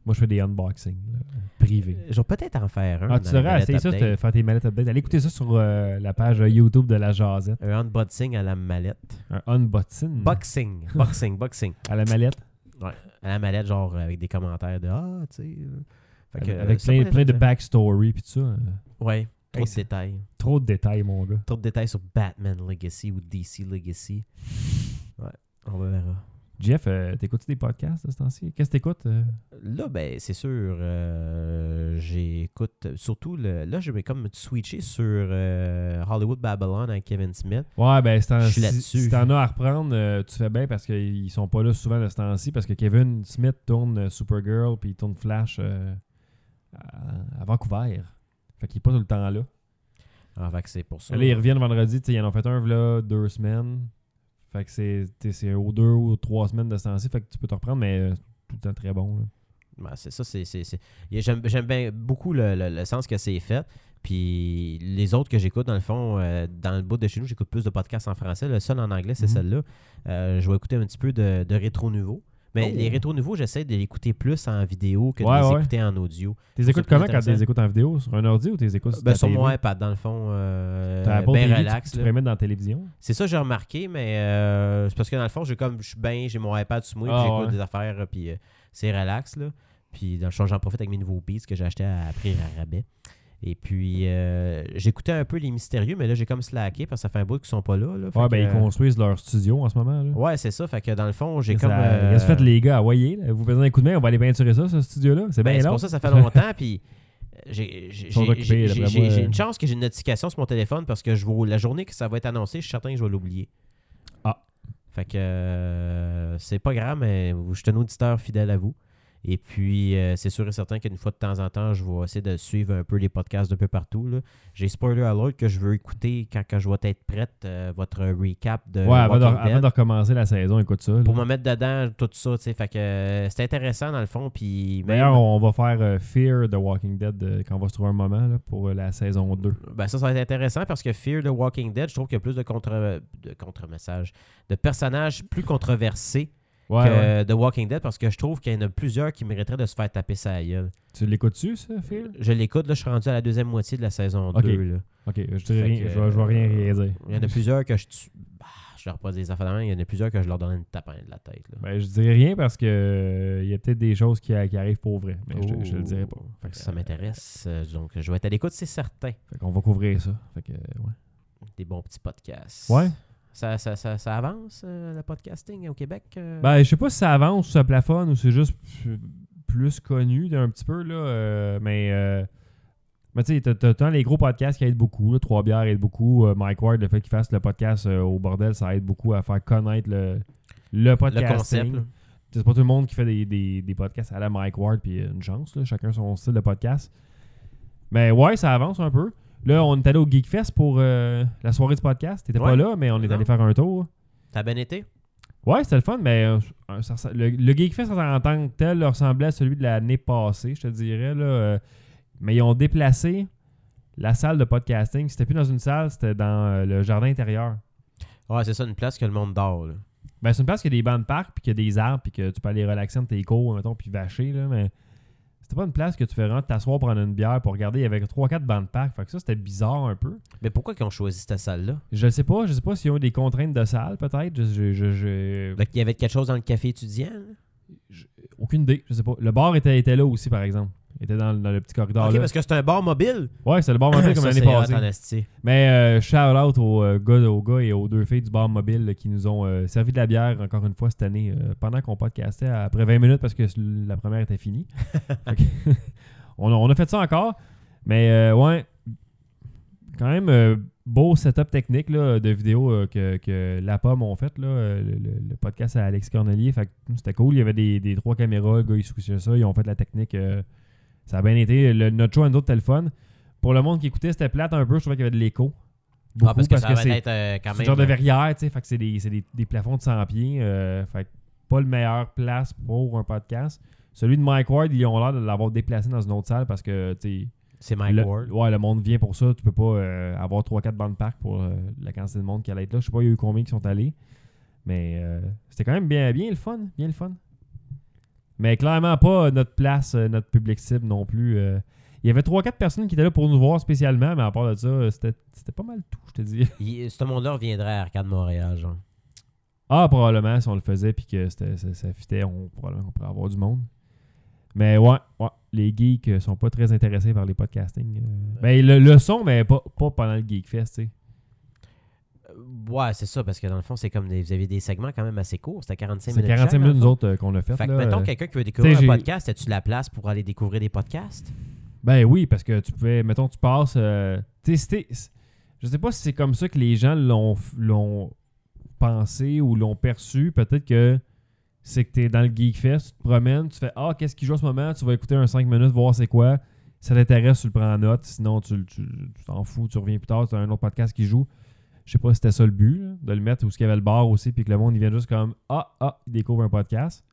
Moi, je fais des unboxings là, privés. Je vais peut-être en faire un. Ah, tu dans les devrais essayer mallettes ça, update. te faire tes mallettes update. Allez écouter ça sur euh, la page euh, YouTube de la Jazette. Un unboxing à la mallette. Un unboxing Boxing, boxing, boxing. à la mallette. À la mallette, genre, euh, avec des commentaires de Ah, tu sais. euh. Fait que, Avec, euh, avec ça plein, pourrait plein de être- backstory puis tout ça. Ouais, trop Hey, de c'est- détails. Trop de détails, mon gars. Trop de détails sur Batman Legacy ou DC Legacy. Ouais, on verra. Jeff, euh, t'écoutes-tu des podcasts de ce temps-ci? Qu'est-ce que t'écoutes? euh? Là, ben, c'est sûr, euh, j'écoute surtout, le, là, je vais comme switcher sur euh, Hollywood Babylon avec Kevin Smith. Ouais, ben, c'est en- Je suis si, là-dessus. si t'en as à reprendre, euh, tu fais bien parce qu'ils sont pas là souvent de ce temps-ci. Parce que Kevin Smith tourne euh, Supergirl puis il tourne Flash euh, à, à Vancouver. Fait qu'il est pas tout le temps là. Ah, fait que c'est pour ça. Là, ils reviennent vendredi. tu sais, Ils en ont fait un là, deux semaines. Fait que c'est t'sais, c'est aux deux ou aux trois semaines de ce temps-ci. Fait que tu peux te reprendre, mais euh, tout le temps très bon. là. Ben, c'est ça, c'est... c'est- c'est- et J'aime j'aime bien beaucoup le, le- le sens que c'est fait. Puis les autres que j'écoute, dans le fond, euh, dans le bout de chez nous, j'écoute plus de podcasts en français. Le seul en anglais, c'est Mhm. celle-là. Euh, je vais écouter un petit peu de, de rétro nouveau. Mais Oh. les rétro nouveaux, j'essaie de l'écouter plus en vidéo que de Ouais, les ouais. écouter en audio. T'es écoutes plus comment quand intéressant. t'es écoutes en vidéo Sur un ordi ou t'es écoutes Ben, ta sur télé? mon iPad, dans le fond, euh, T'as Apple ben TV, tu- relax. Tu, là. pourrais mettre dans la télévision. C'est ça que j'ai remarqué, mais euh, c'est parce que dans le fond, j'ai comme je suis bien, j'ai mon iPad sous moi, puis Ah, j'écoute ouais. des affaires, euh, puis euh, c'est relax là. Puis dans le fond, j'en profite avec mes nouveaux beats que j'ai achetés à prix à rabais. Et puis euh, j'écoutais un peu les mystérieux, mais là j'ai comme slacké parce que ça fait un bout qu'ils sont pas là. là. Fait Ouais, que, ben, ils euh, construisent leur studio en ce moment. Là. ouais, c'est ça. Fait que dans le fond, j'ai Ça- comme. euh, Qu'est-ce que fait les gars à Voyer? là? Vous faisiez un coup de main, on va aller peinturer ça, ce studio-là? C'est ben, bien c'est long. pour ça que ça fait longtemps. Puis euh, j'ai j'ai- sont j'ai- occupés, j'ai- d'après j'ai- moi. j'ai une chance que j'ai une notification sur mon téléphone parce que je vais- la journée que ça va être annoncé, je suis certain que je vais l'oublier. Ah. Fait que euh, c'est pas grave, mais je suis un auditeur fidèle à vous. Et puis, euh, c'est sûr et certain qu'une fois de temps en temps, je vais essayer de suivre un peu les podcasts d'un peu partout. là. J'ai spoiler alert que je veux écouter quand, quand je vais être prête, euh, votre recap de Ouais, avant de, Walking Dead avant de recommencer la saison, écoute ça. là. pour me mettre dedans, tout ça. tu sais. Fait que euh, c'est intéressant dans le fond. Puis même- D'ailleurs, on va faire euh, Fear de Walking Dead euh, quand on va se trouver un moment là, pour euh, la saison 2. Ben ça, ça va être intéressant parce que Fear the Walking Dead, je trouve qu'il y a plus de contre de contre-messages, de personnages plus controversés Ouais, ouais. que The Walking Dead parce que je trouve qu'il y en a plusieurs qui mériteraient de se faire taper sa gueule. Tu l'écoutes-tu, ça, Phil? Je l'écoute, là, je suis rendu à la deuxième moitié de la saison Ok. 2. là. Ok, Fait je dirais rien, que, euh, je, vais- je vais rien, rien dire. Il y en a plusieurs que je tue. Bah, je leur pose des affaires de main, il y en a plusieurs que je leur donne une tapin de la tête. là. Ben, je dirais rien parce que euh, il y a peut-être des choses qui, qui arrivent pour vrai, mais je, je le dirai pas. Oh. Fait que, Ça euh, m'intéresse, euh, donc je vais être à l'écoute, c'est certain. Fait qu'on va couvrir ça. Fait que, euh, ouais. Des bons petits podcasts. Ouais. Ça, ça, ça, ça avance, euh, le podcasting au Québec? euh? Ben, je sais pas si ça avance ou ça plafonne ou c'est juste p- plus connu d'un petit peu, là. euh, mais, euh, mais tu sais, t'as- t'as tant les gros podcasts qui aident beaucoup. Là, Trois bières aide beaucoup. euh, Mike Ward, le fait qu'il fasse le podcast euh, au bordel, ça aide beaucoup à faire connaître le, le le podcasting. concept. là. c'est pas tout le monde qui fait des, des- des podcasts à la Mike Ward, puis une chance, là, chacun son style de podcast. Mais ouais, ça avance un peu. Là, on est allé au Geekfest pour euh, la soirée du podcast. T'étais pas Ouais. là, mais on est Non. allé faire un tour. T'as bien été? Ouais, c'était le fun, mais euh, ça ressemble- le, le Geekfest en tant que tel ressemblait à celui de l'année passée, je te dirais. Là, euh, mais ils ont déplacé la salle de podcasting. C'était plus dans une salle, c'était dans euh, le jardin intérieur. Ouais, c'est ça, une place que le monde dort. là. Ben, c'est une place qu'il y a des bancs de parc, puis qu'il y a des arbres, puis que tu peux aller relaxer entre tes cours, mettons, puis vacher, là, mais c'était pas une place que tu fais vraiment t'asseoir, prendre une bière, pour regarder. Il y avait 3-4 bancs de parc, fait que ça, c'était bizarre un peu. Mais pourquoi ils ont choisi cette salle-là? Je le sais pas, je sais pas s'ils ont eu des contraintes de salle, peut-être. Je, je- je- je- Fait qu'il y avait quelque chose dans le café étudiant? là? Aucune idée, je sais pas. Le bar était, était là aussi, par exemple. Il était dans, dans le petit corridor ok, là. parce que c'est un bar mobile. Ouais, c'est le bar mobile comme Ça, l'année c'est passée. hot en esti. Ah, Mais euh, shout out aux euh, gars, aux gars et aux deux filles du bar mobile là, qui nous ont euh, servi de la bière encore une fois cette année euh, pendant qu'on podcastait après 20 minutes parce que s- la première était finie. Fait que on, a, on a fait ça encore. Mais euh, ouais, quand même euh, beau setup technique là, de vidéo euh, que, que la pomme ont fait là, euh, le, le- le podcast à Alex Cornelier. Fait que, hum, c'était cool. Il y avait des, des trois caméras, le gars il souciait ça, ils ont fait la technique. euh, ça a bien été. Le, notre show and d'autres téléphone. Pour le monde qui écoutait, c'était plate un peu, je trouvais qu'il y avait de l'écho. ah, parce Beaucoup, que ça va c'est- être euh, quand même. c'est le genre de euh, verrière, tu sais. Fait que c'est des, c'est des- des plafonds de 100 pieds. euh, fait que pas le meilleur place pour un podcast. Celui de Mike Ward, ils ont l'air de l'avoir déplacé dans une autre salle parce que, tu sais, C'est Mike le, Ward. Ouais, le monde vient pour ça. Tu peux pas euh, avoir 3-4 bancs de parc pour euh, la quantité de monde qui allait être là. Je sais pas, il y a eu combien qui sont allés. Mais euh, c'était quand même bien, bien le fun. Bien le fun. Mais clairement pas notre place, euh, notre public cible non plus. euh. il y avait 3-4 personnes qui étaient là pour nous voir spécialement, mais à part de ça, euh, c'était c'était pas mal tout, je te dis. Il- ce monde-là reviendrait à Arcade Montréal, genre. Ah, probablement, si on le faisait puis que c'était- ça, ça fitait, on, probablement qu'on pourrait avoir du monde. Mais ouais, ouais, les geeks euh, sont pas très intéressés par les podcasting. euh. Ben, le, le son, mais pas, pas pendant le Geek Fest, tu sais. Euh, Ouais, c'est ça, parce que dans le fond, c'est comme des, vous avez des segments quand même assez courts. C'était 45 C'est minutes. 45 chaque, minutes, dans nous le fond. autres, euh, qu'on a fait. Fait que, là, mettons, euh. quelqu'un qui veut découvrir j'ai- un podcast, as-tu de la place pour aller découvrir des podcasts? Ben oui, parce que tu pouvais, mettons, tu passes. euh, tu sais, c'était- c- je sais pas si c'est comme ça que les gens l'ont f- l'ont pensé ou l'ont perçu. Peut-être que c'est que tu es dans le Geek Fest, tu te promènes, tu fais Ah, qu'est-ce qui joue en ce moment Tu vas écouter un 5 minutes, voir c'est quoi. Ça t'intéresse, tu le prends en note. Sinon, tu le- tu tu t'en fous, tu reviens plus tard, tu as un autre podcast qui joue. Je sais pas si c'était ça le but, là, de le mettre où ce qu'il y avait le bar aussi, puis que le monde, il vient juste comme Ah, ah, il découvre un podcast.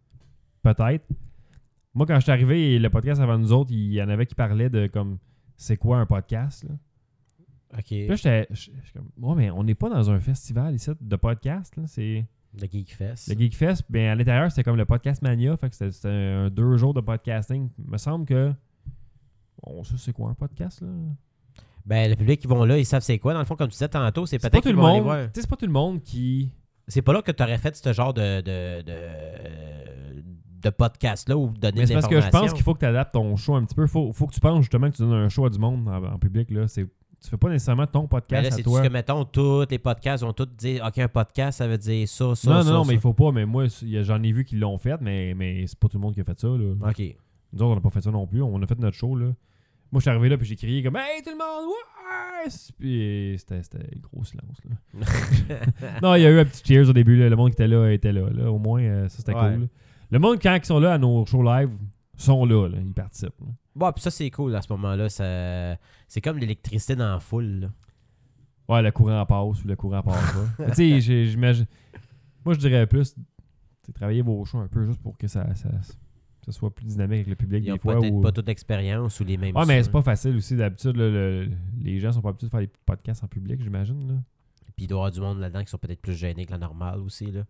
Peut-être. Moi, quand je suis arrivé, le podcast avant nous autres, il y en avait qui parlaient de comme c'est quoi un podcast. Là, Ok. Puis là j'étais j'étais- j'étais comme Ouais, mais on n'est pas dans un festival ici de podcast. là. C'est Le Geekfest. le Geekfest. Ben, à l'intérieur, c'était comme le podcast mania. Fait que c'était- c'était un deux jours de podcasting. Il me semble que. On sait c'est quoi un podcast là? Ben, le public qui vont là, ils savent c'est quoi. Dans le fond, comme tu disais tantôt, c'est C'est pas peut-être tout le qu'ils vont aller monde. voir. tu sais, C'est pas tout le monde qui. C'est pas là que tu aurais fait ce genre de, de, de, de podcast-là ou donner Mais de c'est parce que je pense l'information. qu'il faut que tu adaptes ton show un petit peu. Faut, faut que tu penses justement que tu donnes un show à du monde en, en public. Là. C'est- Tu fais pas nécessairement ton Mais podcast Ben là, à c'est toi. que, mettons, tous les podcasts ont tous dit, OK, un podcast, ça veut dire ça, ça, non, ça. non, non, ça. mais il faut pas. Mais moi, il y a- j'en ai vu qui l'ont fait, mais, mais c'est pas tout le monde qui a fait ça. Là. OK. Nous autres, on n'a pas fait ça non plus. On a fait notre show. Là. Moi, je suis arrivé là, puis j'ai crié comme Hey, tout le monde! ouais! Puis c'était c'était gros silence. Là. non, il y a eu un petit cheers au début. là. Le monde qui était là était là. là. Au moins, euh, ça, c'était Ouais. cool. Le monde, quand ils sont là à nos shows live, sont là. là. Ils participent. là. Bon, puis ça, c'est cool à ce moment-là. ça- C'est comme l'électricité dans la foule. là. Ouais, le courant passe ou le courant passe pas. Mais tu sais, j'ai- j'imagine. Moi, je dirais plus. tu sais, Travailler vos shows un peu juste pour que ça, ça, ça soit plus dynamique avec le public. Ils ont des fois, peut-être ou- pas toute l'expérience ou les mêmes Ouais, mais c'est sons. pas facile aussi. D'habitude, là, le- les gens sont pas habitués de faire des podcasts en public, j'imagine. là. Puis il doit y avoir du monde là-dedans qui sont peut-être plus gênés que la normale aussi. Là.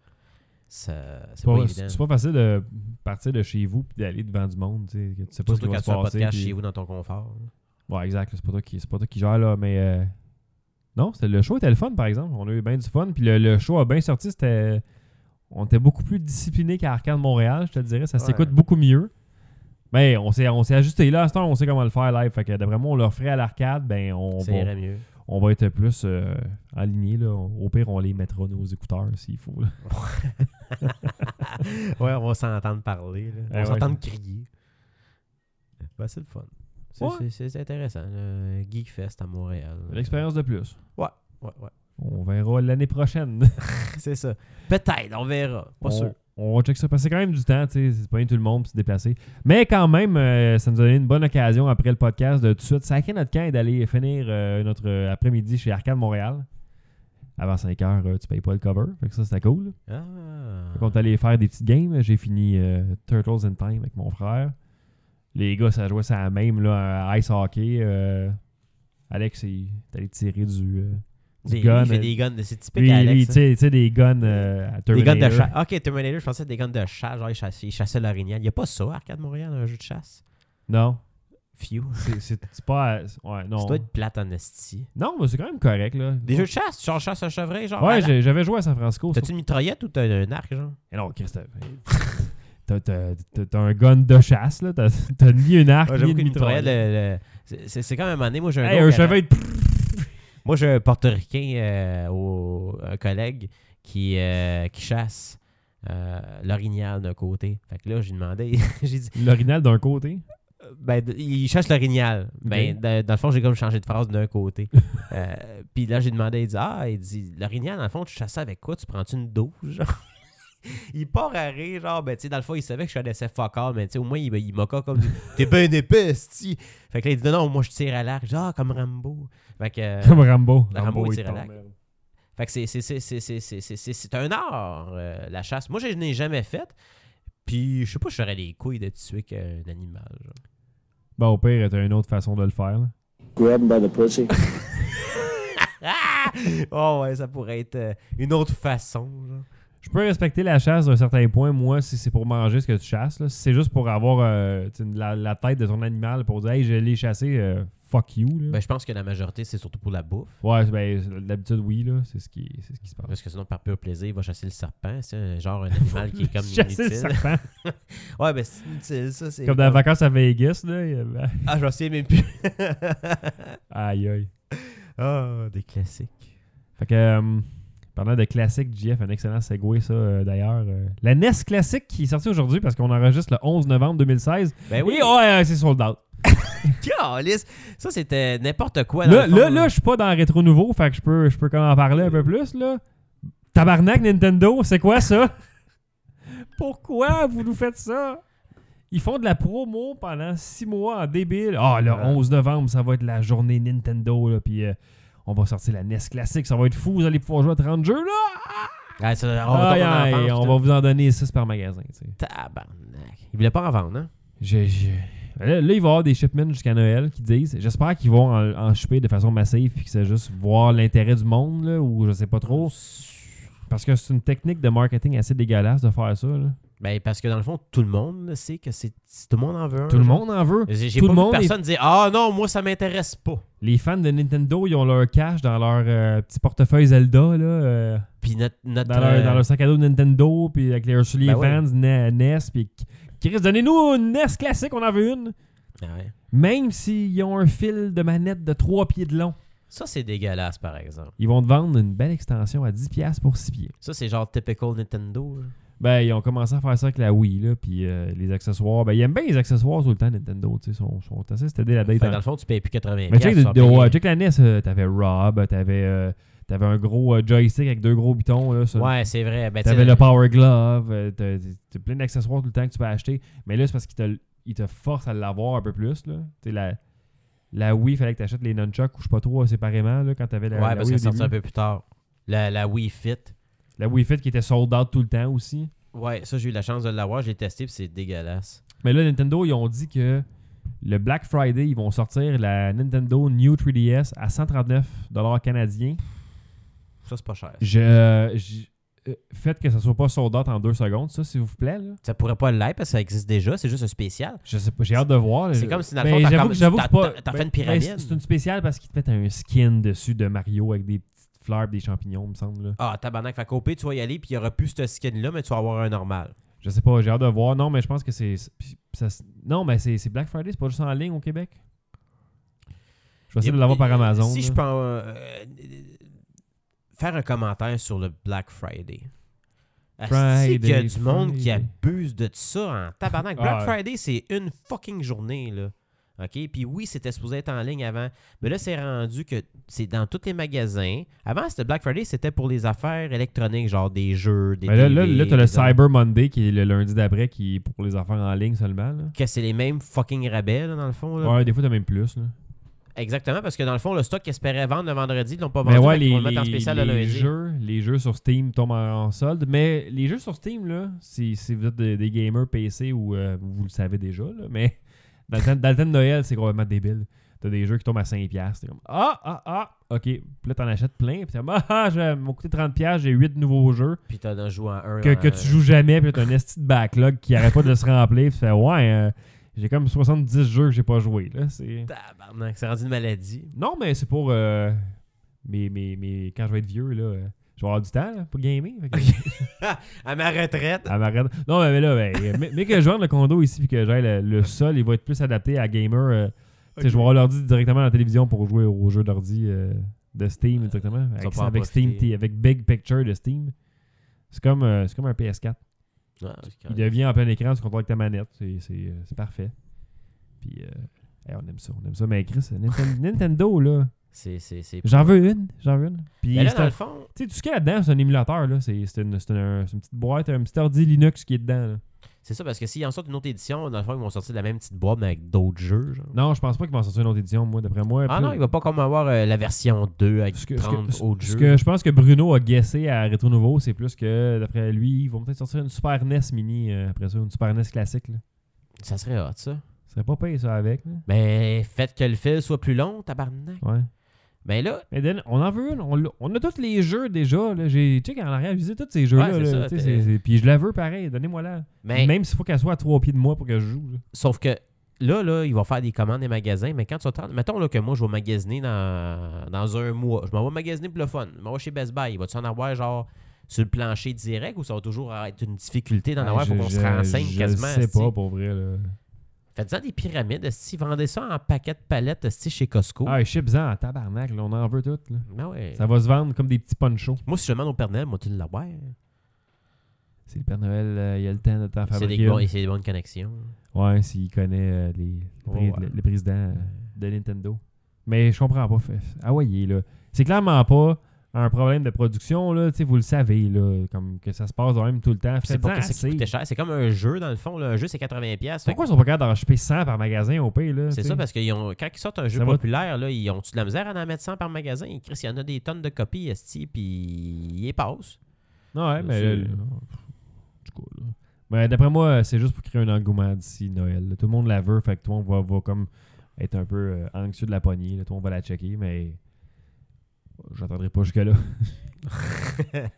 ça- c'est C'est pas, pas, évident. c'est pas facile de partir de chez vous puis d'aller devant du monde. Tu sais, que tu sais pas ce Surtout qui va quand se tu fais un passer. podcast puis- chez vous dans ton confort. Ouais, exact. là, C'est pas, toi qui- c'est pas toi qui gère, là. Mais euh, non, c'était- le show était le fun, par exemple. On a eu bien du fun. Puis le, le show a bien sorti. C'était. On était beaucoup plus discipliné qu'à Arcade Montréal, je te dirais. Ça s'écoute Ouais. beaucoup mieux. Mais on s'est on s'est ajusté là. À ce temps, on sait comment le faire live. Fait que d'après moi, on le ferait à l'arcade. Ben, on, ça va- irait mieux. on va être plus euh, alignés. Là. Au pire, on les mettra nos écouteurs s'il faut. là. ouais, on va s'entendre parler. là. on Eh va ouais, s'entendre crier. Ben, c'est le fun. C'est Ouais. c'est- c'est- c'est intéressant. Le Geek Fest à Montréal. L'expérience de plus. Ouais, ouais. On verra l'année prochaine. C'est ça. Peut-être, on verra. Pas on, sûr. On va check ça. Parce que c'est quand même du temps, tu sais. C'est pas rien tout le monde pour se déplacer. Mais quand même, euh, ça nous a donné une bonne occasion après le podcast de tout de suite saquer notre camp et d'aller finir euh, notre euh, après-midi chez Arcade Montréal. Avant 5 heures, euh, tu payes pas le cover. Fait que ça, c'était cool. Ah. Fait qu'on est allé faire des petites games. J'ai fini euh, Turtles in Time avec mon frère. Les gars, ça jouait ça à la même, là, à ice hockey. euh, Alex, il est allé tirer du. euh, du Des- gun, il fait euh, des guns, de- c'est typique lui, à lui, Alex. tu ça. sais, tu sais, des guns euh, à Des guns de Terminator. chasse. Ok, Terminator, je pensais des guns de chasse. Genre, ils chassaient, ils chassaient l'orignal. Il n'y a pas ça, Arcade Montréal, un jeu de chasse. Non. Few. C'est- C'est c'est pas. Ouais, non. Ça doit être plate en esti. Non, mais c'est quand même correct, là. Des jeux de chasse, tu genre chasse un chevreuil, genre. Ouais, malade. j'ai- j'avais joué à San Francisco. T'as-tu une mitraillette ou t'as un arc, genre Eh non, Christophe. T'as- T'as t'as- t'as un gun de chasse, là. T'as t'as ni une arc, Ouais, ni Ah, J'avoue une qu'une mitraille. mitraillette, le- le- c'est- c'est c'est quand même année. Moi, j'ai un. Hey, gars un qui avait- chevet de... Moi, j'ai un portoricain, euh, au- un collègue qui, euh, qui chasse euh, l'orignal d'un côté. Fait que là, j'ai demandé, j'ai dit, L'orignal d'un côté. ben, d- il chasse l'orignal. Ben, Ok. dans- dans le fond, j'ai comme changé de phrase d'un côté. Euh, Puis là, j'ai demandé, il dit, ah, il dit, l'orignal, dans le fond, tu chasses ça avec quoi? Tu prends-tu une douche? Genre? il part à rire, genre, ben, tu sais, dans le fond, il savait que je connaissais Focard, mais tu sais, au moins, il, me- il m'a comme, dit, t'es ben épais, c'ti. Fait que là, il dit, non, non, moi, je tire à l'arc, genre, comme Rambo. Fait que. euh, Comme Rambo. Rambo, il il tire à tombe. l'arc. Fait que c'est- c'est- c'est- c'est- c'est- c'est- c'est- c'est- c'est un art, euh, la chasse. Moi, je n'ai jamais faite. Puis, je sais pas, j'aurais les couilles de tuer qu'un animal. genre. Bon, au pire, t'as une autre façon de le faire, là. Grab him by the pussy. Ah! Oh, ouais, ça pourrait être euh, une autre façon. genre. Je peux respecter la chasse d'un certain point, moi, si c'est pour manger ce que tu chasses. Là. Si c'est juste pour avoir euh, tu sais, la, la tête de ton animal pour dire Hey, je l'ai chassé, euh, fuck you. Là. Ben, je pense que la majorité, c'est surtout pour la bouffe. ouais, ben, d'habitude, oui, là. C'est ce qui, c'est ce qui se passe. Parce que sinon, par pur plaisir, il va chasser le serpent. C'est un genre un animal qui est comme Chasser le inutile. serpent. Ouais, ben, c'est inutile, ça. c'est Comme dans les vacances à Vegas, là. il y avait- Ah, j'en sais même plus. Aïe, aïe. Ah, des classiques. Fait que, euh, parlant de classique, JF, un excellent segway, ça, euh, d'ailleurs. euh, la NES classique qui est sortie aujourd'hui parce qu'on enregistre le 11 novembre 2016. Ben oui, Et ouais, ouais, c'est sold out. calisse. Ça, c'était n'importe quoi. dans Là, le fond, Mm. là, là, je suis pas dans Rétro Nouveau, fait que je peux, je peux quand même en parler un peu plus, là. Tabarnak, Nintendo, c'est quoi ça? Pourquoi vous nous faites ça? Ils font de la promo pendant six mois en débile. Ah, le Ouais. 11 novembre, ça va être la journée Nintendo, là, puis euh, on va sortir la NES classique, ça va être fou, vous allez pouvoir jouer à 30 jeux, là! Ah, ça, on Aïe, retourne en aïe, enfance, on putain. va vous en donner 6 par magasin, tu sais. Tabarnak. Il voulait pas en vendre, hein? J'ai- j'ai- Là, là, il va y avoir des shipments jusqu'à Noël qui disent. J'espère qu'ils vont en, en shipper de façon massive puis que c'est juste voir l'intérêt du monde là, ou je sais pas trop. Parce que c'est une technique de marketing assez dégueulasse de faire ça. là. Ben, parce que dans le fond, tout le monde là, sait que c'est si tout le monde en veut un. Tout le genre. monde en veut. J'ai j'ai Tout pas le vu monde est- personne dire Ah non, moi ça m'intéresse pas. Les fans de Nintendo, ils ont leur cash dans leur euh, petit portefeuille Zelda, là, euh, Puis notre. notre dans, leur, euh, dans leur sac à dos Nintendo, puis avec les, sur les Ben ouais. fans E Na- NES. Puis Chris, donnez-nous une NES classique, on en veut une. Ah ouais. Même s'ils ont un fil de manette de 3 pieds de long, Ça, c'est dégueulasse, par exemple. ils vont te vendre une belle extension à 10$ pour 6 pieds. Ça, c'est genre typical Nintendo. là. Ben, ils ont commencé à faire ça avec la Wii, là, puis euh, les accessoires. Ben, ils aiment bien les accessoires tout le temps, Nintendo, tu sais, sont, sont assez stédés la Fait date. que dans le fond, tu payes plus 80$. Mais check, tu vas de- de- payer- ouais, check la NES, euh, t'avais Rob, t'avais, euh, t'avais un gros euh, joystick avec deux gros boutons, là, ça. Ouais, c'est vrai. Ben, tu t'avais sais, le Power Glove, euh, t'as, t'as plein d'accessoires tout le temps que tu peux acheter. Mais là, c'est parce qu'ils te, ils te forcent à l'avoir un peu plus, là. Tu sais, la, la Wii, fallait que t'achètes les nunchucks ou je sais pas trop euh, séparément, là, quand t'avais la, Ouais, la parce Wii qu'elle au est sortie un début. peu plus tard. La, la Wii Fit. La Wii Fit qui était sold out tout le temps aussi. Ouais, ça, j'ai eu la chance de l'avoir. Je l'ai testé, puis c'est dégueulasse. Mais là, Nintendo, ils ont dit que le Black Friday, ils vont sortir la Nintendo New 3DS à 139 canadiens. Ça, c'est pas cher. Je, je- euh, faites que ça soit pas sold out en deux secondes, ça, s'il vous plaît. Là. Ça pourrait pas l'être parce que ça existe déjà, c'est juste un spécial. Je sais pas, j'ai hâte de voir. là. C'est comme si dans le Ben, fond, t'as j'avoue comme- que- j'avoue t'as- que pas- t'as- t'as fait ben, une pyramide. ben, c'est une spéciale parce qu'ils te mettent un skin dessus de Mario avec des petites fleurs, des champignons, me semble. là. Ah, tabarnak, fait qu'au pire, tu vas y aller, puis il n'y aura plus ce skin-là, mais tu vas avoir un normal. Je sais pas, j'ai hâte de voir. Non, mais je pense que c'est. puis ça s- Non, mais c'est c'est Black Friday, c'est pas juste en ligne au Québec. Je vais essayer de l'avoir par Amazon. Si là. je peux euh, euh, faire un commentaire sur le Black Friday. Friday, Asti qu'il y a du monde qui Friday. abuse de ça en tabarnak. Ah, Black ouais. Friday, c'est une fucking journée, là. OK? Puis oui, c'était supposé être en ligne avant. Mais là, c'est rendu que c'est dans tous les magasins. Avant, c'était Black Friday, c'était pour les affaires électroniques, genre des jeux, des Mais là, là, TV, là, t'as le des- Cyber Monday qui est le lundi d'après qui est pour les affaires en ligne seulement. Là. Que c'est les mêmes fucking rabais, là, dans le fond. là. Ouais, des fois, t'as même plus. Là. Exactement, parce que dans le fond, le stock qu'ils espéraient vendre le vendredi, ils l'ont pas vendu. Mais ouais, fait qu'ils vont les, le mettre en spécial le les- les lundi. jeux, les jeux sur Steam tombent en, en solde. Mais les jeux sur Steam, là, si, si vous êtes des, des gamers PC ou euh, vous le savez déjà, là, mais dans le, temps, dans le temps de Noël, c'est complètement débile. T'as des jeux qui tombent à 5$. T'es comme Ah, ah, ah, ok. Puis là, t'en achètes plein. Puis t'es comme Ah, ah, j'ai- m'ont coûté 30$, j'ai 8 nouveaux jeux Puis t'en as joué en un. que, en- que tu joues jamais. Puis là, t'as un esti de backlog qui arrête pas de se remplir. Puis tu fais Ouais, euh, j'ai comme 70 jeux que j'ai pas joué. Là, c'est. Tabarnak, c'est rendu une maladie. Non, mais c'est pour. euh, mes, mes, mes- quand je vais être vieux, là, euh, je vais avoir du temps là, pour gamer. Fait que- À ma retraite. à ma retraite. Non, mais là, ben, euh, mais, mais que je vende le condo ici puis que j'aille le, le sol, il va être plus adapté à gamer. euh, tu sais, Je vais avoir l'ordi directement à la télévision pour jouer aux jeux d'ordi euh, de Steam directement. vas Avec, pas en avec Steam, profiter. T- avec Big Picture de Steam. C'est comme, euh, c'est comme un PS4. Ouais, c'est Il correct. devient en plein écran, tu contrôles avec ta manette. C'est- C'est euh, c'est parfait. Puis, euh, hey, on aime ça, on aime ça. Mais Chris, Nintendo, Nintendo là. C'est. c'est- c'est- J'en veux une, j'en veux une. Puis Mais Ben là, c'est dans un- le tu fond, sais, tout ce qu'il y a dedans, c'est un émulateur, là. C'est c'est une, c'est un- c'est une petite boîte, un petit ordi Linux qui est dedans, là. c'est ça, parce que s'ils en sortent une autre édition, dans le fond, ils vont sortir de la même petite boîte, mais avec d'autres jeux. genre. Non, je pense pas qu'ils vont sortir une autre édition, moi, d'après moi. Ah Plus- non, il va pas comme avoir euh, la version 2 avec ce que, ce que- 30 ce- autres ce jeux. que je pense que Bruno a guessé à Retro Nouveau, c'est plus que, d'après lui, ils vont peut-être sortir une Super NES mini euh, après ça, une Super NES classique, là. Ça serait hot, ça. Ce serait pas payé, ça, avec, là. Mais faites que le fil soit plus long, tabarnak. Ouais. Mais là, Mais Dan, on en veut une. On, l'a- on a tous les jeux déjà. là. J'ai check en arrière, j'ai visité tous ces jeux-là. Ouais, c'est là, ça, tu sais, t'es- c'est- c'est- Puis je la veux pareil, donnez-moi la. mais, Même s'il faut qu'elle soit à trois pieds de moi pour que je joue. là. Sauf que là, là, ils vont faire des commandes des magasins, mais quand tu attends, mettons là, que moi, je vais magasiner dans, dans un mois. Je m'en vais magasiner pour le fun. Je m'en vais chez Best Buy. Va-tu en avoir genre sur le plancher direct ou ça va toujours être une difficulté d'en Ah, avoir je- pour qu'on se je- renseigne quasiment? Je sais esti? pas pour vrai. Là. Faites-en des pyramides. Si vendez ça en paquet de palettes esti, chez Costco. Ah, chips-en en tabarnak, là, on en veut toutes. là. Ah ouais. Ça va se vendre comme des petits ponchos. Moi, si je demande au Père Noël, moi, tu l'avoir. C'est le Père Noël, euh, il a le temps de t'en C'est fabriquer. des, une. bons- c'est des bonnes connexions. Ouais, s'il connaît euh, les, le, pré- Oh, Ouais. le- le président euh, de Nintendo. Mais je comprends pas. fait- Ah ouais, il est là. C'est clairement pas un problème de production, là. Tu sais, vous le savez, là. Comme que ça se passe de même tout le temps. Puis C'est pas Faites-en que ça qui assez. coûtait cher. C'est comme un jeu, dans le fond. là. Un jeu, c'est 80$. piastres. Fait que- Pourquoi ils sont pas capables d'en choper 100 par magasin au pays, là? C'est ça, tu sais? parce que quand ils sortent un jeu Ça va- populaire, là, ils ont-tu de la misère à en mettre 100 par magasin? Chris, il y en a des tonnes de copies, esti, puis ils passent. Ouais, mais C'est- là, là, non, pff, du coup, là. Mais d'après moi, c'est juste pour créer un engouement d'ici Noël. là. Tout le monde la veut, fait que toi, on va, va comme être un peu euh, anxieux de la poignée. Là. Toi, on va la checker, mais j'attendrai pas jusque-là.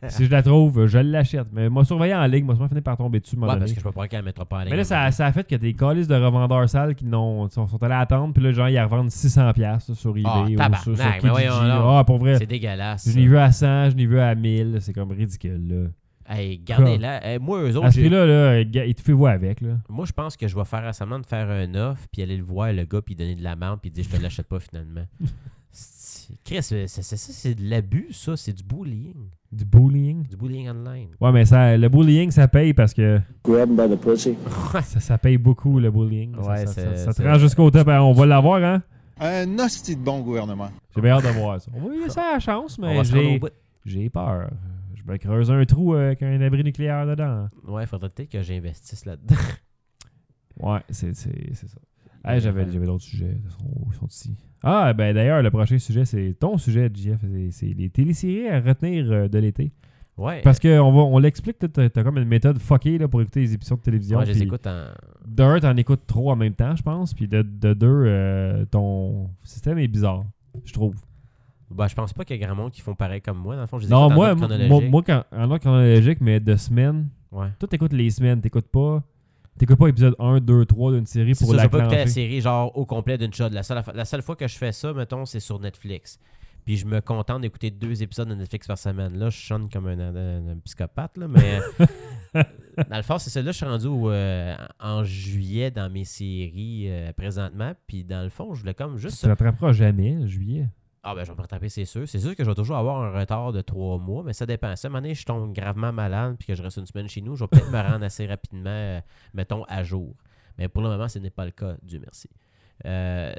si je la trouve, je l'achète. Mais moi, surveiller en ligne, moi, je finir par tomber dessus. à un moment Ouais, parce donné. que je peux pas qu'elle ne mettra pas en ligne. Mais là, ça, ça a fait que des calices de revendeurs sales qui n'ont- sont, sont allés attendre, puis là, genre, ils revendent 600$ sur eBay Ah, ou tabarnak, sur, sur mais Kijiji. voyons donc. Ah, pour vrai, C'est dégueulasse. je ça. n'ai vu à 100, je n'ai vu à 1000, c'est comme ridicule, là. Hey, gardez-la. Hey, moi, eux À autres, ce j'ai- prix-là, là, gars, étouffez-vous avec. Là. moi, je pense que je vais faire semblant de faire un offre, puis aller le voir, le gars, puis donner de la merde, puis dire je te l'achète pas finalement. C'est- Chris, c'est- c'est ça, c'est de l'abus, ça. C'est du bullying. Du bullying. Du bullying online. Ouais, mais ça, le bullying, ça paye parce que Grab 'em by the pussy. ça, ça paye beaucoup, le bullying. Ça- Ouais, ça, c'est- ça- ça te c'est- rend jusqu'au top. On va l'avoir, hein? Un hostie de bon gouvernement. J'ai bien hâte de voir ça. On va lui laisser la chance, On va mais se rendre au j'ai, bout. j'ai peur. Je me creuse un trou euh, avec un abri nucléaire dedans. Ouais, faudrait peut-être que j'investisse là-dedans. Ouais, c'est, c'est, c'est ça. Hey, j'avais, j'avais d'autres sujets. Ils sont, ils sont ici. Ah, ben d'ailleurs, le prochain sujet, c'est ton sujet, JF. C'est, c'est les téléséries à retenir euh, de l'été. Ouais. Parce qu'on on va- on l'explique, là, t'as, t'as comme une méthode fuckée là, pour écouter les épisodes de télévision. Moi, je les puis- écoute en. D'un, t'en écoutes trop en même temps, je pense. Puis de, de deux, euh, ton système est bizarre, je trouve. Ben, je pense pas qu'il y a grand monde qui font pareil comme moi. Dans le fond, je les Non, écoute en moi, ordre moi, moi, chronologique. moi, quand, en ordre chronologique, mais de semaine, Ouais. toi, t'écoutes les semaines, t'écoutes pas. T'écoutes pas épisode 1, 2, 3 d'une série C'est pour ça, je la vais pas écouter la clencher. série genre au complet d'une shot. La seule, affa- la seule fois que je fais ça, mettons, c'est sur Netflix. Puis je me contente d'écouter deux épisodes de Netflix par semaine. Là, je sonne comme un, un- un psychopathe, là, mais dans le fond, c'est ça. Là, je suis rendu au, euh, en juillet dans mes séries euh, présentement. Puis dans le fond, je voulais comme Tu juste. te rattraperas jamais, juillet. Ah ben je vais me rattraper, c'est sûr. C'est sûr que je vais toujours avoir un retard de trois mois, mais ça dépend. Si à un moment donné, je tombe gravement malade puis que je reste une semaine chez nous, je vais peut-être me rendre assez rapidement, euh, mettons, à jour. Mais pour le moment, ce n'est pas le cas, Dieu merci. Euh,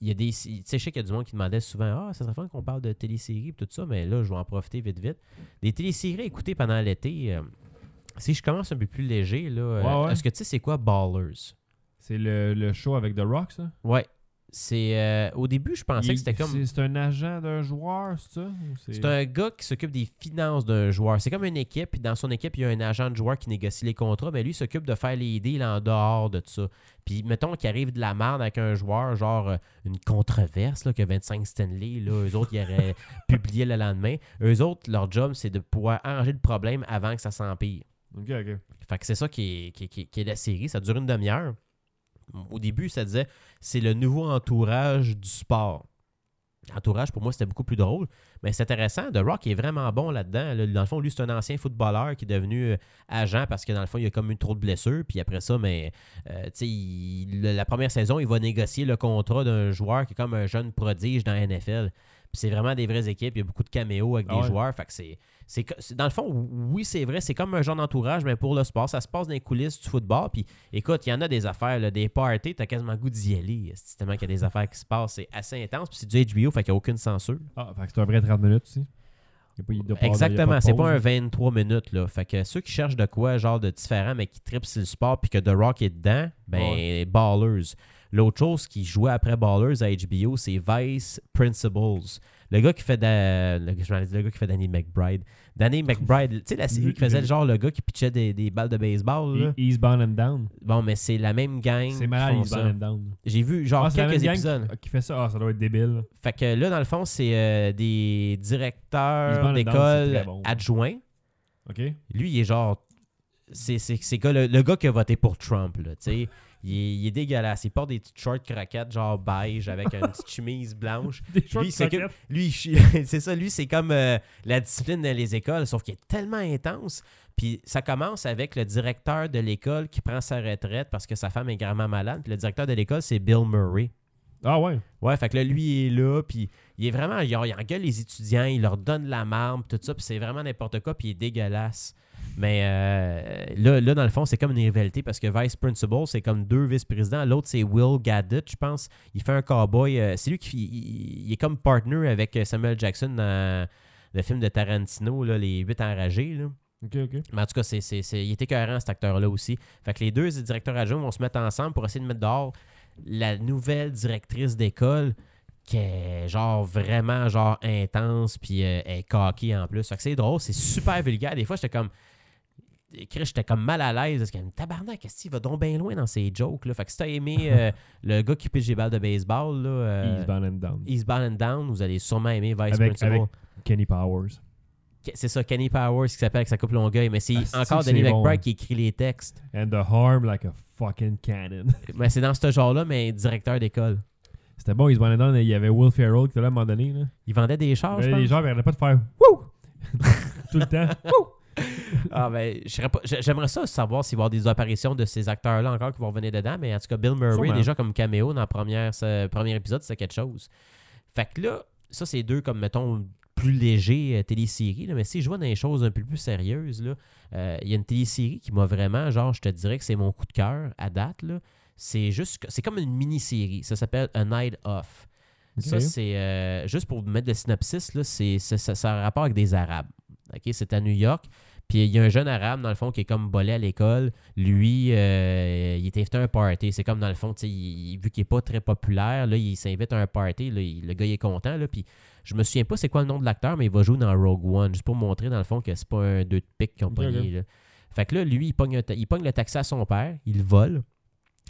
Il y a des. Tu sais, je sais qu'il y a du monde qui demandait souvent Ah, ça serait fun qu'on parle de téléséries et tout ça, mais là, je vais en profiter vite vite. Des téléséries à écouter pendant l'été. euh, si je commence un peu plus léger, là, euh, Ouais, ouais. est-ce que tu sais c'est quoi Ballers? C'est le, le show avec The Rock, ça? Ouais. C'est. euh, au début, je pensais Il- que c'était comme. c'est- C'est un agent d'un joueur, c'est ça? Ou C'est un gars qui s'occupe des finances d'un joueur. C'est comme une équipe, puis dans son équipe, il y a un agent de joueur qui négocie les contrats, mais lui il s'occupe de faire les deals en dehors de ça. Puis mettons qu'il arrive de la merde avec un joueur, genre euh, une controverse, là, que 25 Stanley, là, eux autres, ils auraient publié le lendemain. Eux autres, leur job, c'est de pouvoir arranger le problème avant que ça s'empire. Ok, ok. Fait que c'est ça qui est, qui, est- qui est- qui est la série. Ça dure une demi-heure. Au début, ça disait c'est le nouveau entourage du sport. Entourage, pour moi, c'était beaucoup plus drôle. Mais c'est intéressant. The Rock est vraiment bon là-dedans. Là, Dans le fond, lui, c'est un ancien footballeur qui est devenu euh, agent parce que, dans le fond, il a comme eu trop de blessures. Puis après ça, mais euh, tu sais, il- le- la première saison, il va négocier le contrat d'un joueur qui est comme un jeune prodige dans la NFL. Puis c'est vraiment des vraies équipes. Il y a beaucoup de caméos avec Ah des ouais. joueurs. Fait que c'est c'est co- c'est- dans le fond, oui, c'est vrai, c'est comme un genre d'entourage, mais pour le sport, ça se passe dans les coulisses du football. Puis écoute, il y en a des affaires, là, des parties, t'as quasiment le goût d'y aller. C'est tellement qu'il y a des affaires qui se passent, c'est assez intense. Puis c'est du HBO, fait qu'il n'y a aucune censure. Ah, fait que c'est un vrai 30 minutes aussi. Il y a pas- il doit pas avoir- il y a Exactement, de c'est pause, pas un hein. 23 minutes. Là. Fait que ceux qui cherchent de quoi, genre de différent, mais qui tripent sur le sport, puis que The Rock est dedans, ben, Ballers. L'autre chose qui jouait après Ballers à HBO, c'est Vice Principles. Le gars qui fait da- le, je m'en ai dit, le gars qui fait Danny McBride. Danny McBride, tu sais la série qui faisait le genre le gars qui pitchait des, des balles de baseball. là. E- Eastbound and Down. Bon, mais c'est la même gang. C'est qui malade, font Eastbound ça. and Down. J'ai vu genre Ah, c'est la même quelques gang épisodes. qui- Qui fait ça, ah, ça doit être débile. Fait que là, dans le fond, c'est euh, des Ils se directeurs vendent dedans, c'est d'école très bon. adjoints. OK? Lui, il est genre. C'est c'est- c'est gars- le, le gars qui a voté pour Trump, là, tu sais. Il est, il est dégueulasse. Il porte des petites shorts croquettes, genre beige, avec une petite chemise blanche. Des shorts Lui, c'est que- croquettes. Lui, il chie- c'est ça, lui, c'est comme euh, la discipline dans les écoles, sauf qu'il est tellement intense. Puis ça commence avec le directeur de l'école qui prend sa retraite parce que sa femme est gravement malade. Puis le directeur de l'école, c'est Bill Murray. Ah ouais. Ouais, fait que là, lui, il est là, puis il est vraiment, il, il engueule les étudiants, il leur donne de la marbre, tout ça, puis c'est vraiment n'importe quoi, puis il est dégueulasse. Mais euh, là, là, dans le fond, c'est comme une rivalité parce que Vice Principal, c'est comme deux vice-présidents. L'autre, c'est Will Gaddett, je pense. Il fait un cowboy. euh, c'est lui qui il, il est comme partner avec euh, Samuel Jackson dans le film de Tarantino, là, Les Huit Enragés. Là. OK, OK. Mais en tout cas, c'est, c'est- c'est- il était cohérent, cet acteur-là aussi. Fait que les deux directeurs adjoints vont se mettre ensemble pour essayer de mettre dehors la nouvelle directrice d'école qui est genre vraiment genre intense puis euh, elle est coquée en plus. Fait que c'est drôle, c'est super vulgaire. Des fois, j'étais comme... Chris, j'étais comme mal à l'aise parce que tabarnak, qu'est-ce qu'il va donc bien loin dans ses jokes là. Fait que si t'as aimé euh, le gars qui pitche des balles de baseball, là, euh, Eastbound and Down. Eastbound and Down, vous allez sûrement aimer Vice Avec, Principal. avec Kenny Powers. Ke- C'est ça, Kenny Powers qui s'appelle avec sa coupe longueuil, mais c'est Ah, c'est encore que Danny c'est bon, McBride hein. qui écrit les textes. And the harm like a fucking cannon. Mais c'est dans ce genre-là, mais directeur d'école. C'était bon, Eastbound and Down. Il y avait Will Ferrell qui était là à un moment donné. Là. Il vendait des chars, Ah, je Là, les pense. gens n'arrêtaient pas de faire Wouh! Tout le temps. Ah, ben, je serais pas- j'a- j'aimerais ça savoir s'il va y avoir des apparitions de ces acteurs-là encore qui vont revenir dedans, mais en tout cas, Bill Murray, Sûrement. déjà comme caméo dans le première, ce- premier épisode, c'est quelque chose. Fait que là, ça, c'est deux comme, mettons, plus légers euh, téléséries, là, mais si je vois dans les choses un peu plus sérieuses, là, euh, il y a une télésérie qui m'a vraiment, genre, je te dirais que c'est mon coup de cœur à date, là. C'est juste, que- c'est comme une mini-série. Ça s'appelle A Night Off. Ça, Ok. c'est euh, juste pour vous mettre le synopsis, là, c'est, c'est- ça, ça a un rapport avec des Arabes. OK? C'est à New York. Puis il y a un jeune arabe, dans le fond, qui est comme bolé à l'école. Lui, euh, il est invité à un party. C'est comme, dans le fond, tu sais, il- il- vu qu'il n'est pas très populaire, là, il s'invite à un party. là, il- le gars, il est content. Là, puis je me souviens pas c'est quoi le nom de l'acteur, mais il va jouer dans Rogue One, juste pour montrer, dans le fond, que c'est pas un deux de pique qu'ils ont Ok, pogné, ok. là. Fait que là, lui, il pogne, un ta- il pogne le taxi à son père, il le vole.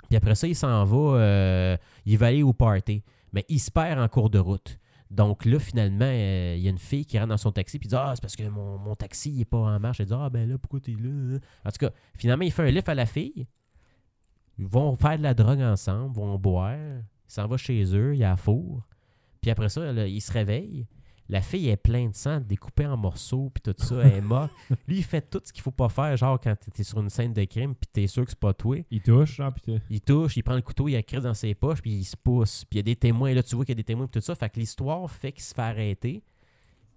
Puis après ça, il s'en va, euh, il va aller au party. Mais il se perd en cours de route. Donc là, finalement, euh, il y a une fille qui rentre dans son taxi puis dit Ah, c'est parce que mon, mon taxi n'est pas en marche. Elle dit Ah, ben là, pourquoi t'es là En tout cas, finalement, il fait un lift à la fille. Ils vont faire de la drogue ensemble, vont boire. Il s'en va chez eux, il y a la four. Puis après ça, là, il se réveille. La fille est pleine de sang, découpée en morceaux, puis tout ça, elle est morte. Lui, il fait tout ce qu'il faut pas faire, genre quand t'es sur une scène de crime, puis t'es sûr que c'est pas toi. Il touche, ah, putain. Il touche, il prend le couteau, il a crise dans ses poches, puis il se pousse. Puis il y a des témoins, là, tu vois qu'il y a des témoins, puis tout ça. Fait que l'histoire fait qu'il se fait arrêter.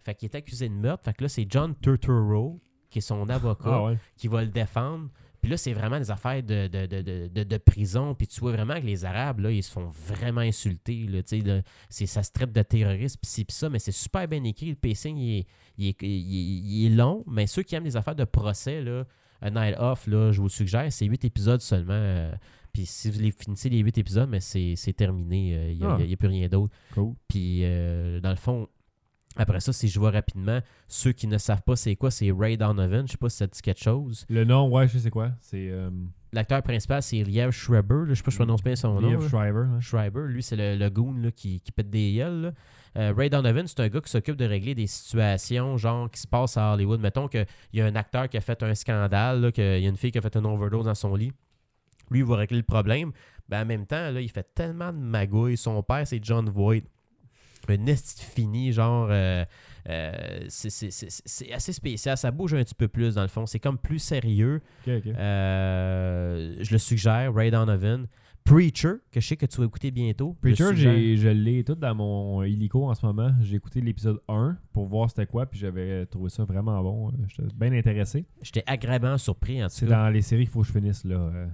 Fait qu'il est accusé de meurtre. Fait que là, c'est John Turturro, qui est son avocat, Ah ouais. qui va le défendre. Puis là, c'est vraiment des affaires de, de, de- de- de- de prison. Puis tu vois vraiment que les Arabes, là, ils se font vraiment insulter. Là, Tu sais, là, c'est, ça se traite de terrorisme, puis ci, puis ça. Mais c'est super bien écrit. Le pacing, il est, il est- il est- il est long. Mais ceux qui aiment les affaires de procès, là, A Night Off, là, je vous le suggère, c'est 8 épisodes seulement. euh, puis si vous les finissez les 8 épisodes, mais c'est, c'est terminé. euh, Il n'y a, Ah. il y a plus rien d'autre. Cool. Puis euh, dans le fond, après ça, si je vois rapidement, ceux qui ne savent pas c'est quoi, c'est Ray Donovan. Je sais pas si ça te dit quelque chose. Le nom, ouais, je sais c'est quoi. C'est euh, L'acteur principal, c'est Liev Schreiber. là. Je sais pas si je prononce bien son nom. Liev là. Shriver. hein. Schreiber, lui, c'est le, le goon là, qui, qui pète des gueules. là. Euh, Ray Donovan, c'est un gars qui s'occupe de régler des situations genre qui se passent à Hollywood. Mettons qu'il y a un acteur qui a fait un scandale, qu'il y a une fille qui a fait une overdose dans son lit. Lui, il va régler le problème. Ben, en même temps, là, il fait tellement de magouilles. Son père, c'est John Voight. Un esti fini, genre. euh, euh, c'est- c'est c'est- c'est assez spécial. Ça bouge un petit peu plus, dans le fond. C'est comme plus sérieux. Ok, ok. Euh, je le suggère, Ray Donovan. Preacher, que je sais que tu vas écouter bientôt. je le Preacher, suggère. j'ai- je l'ai tout dans mon illico en ce moment. J'ai écouté l'épisode 1 pour voir c'était quoi, puis j'avais trouvé ça vraiment bon. Euh, J'étais bien intéressé. J'étais agréablement surpris en tout C'est cas. dans les séries qu'il faut que je finisse, là. euh.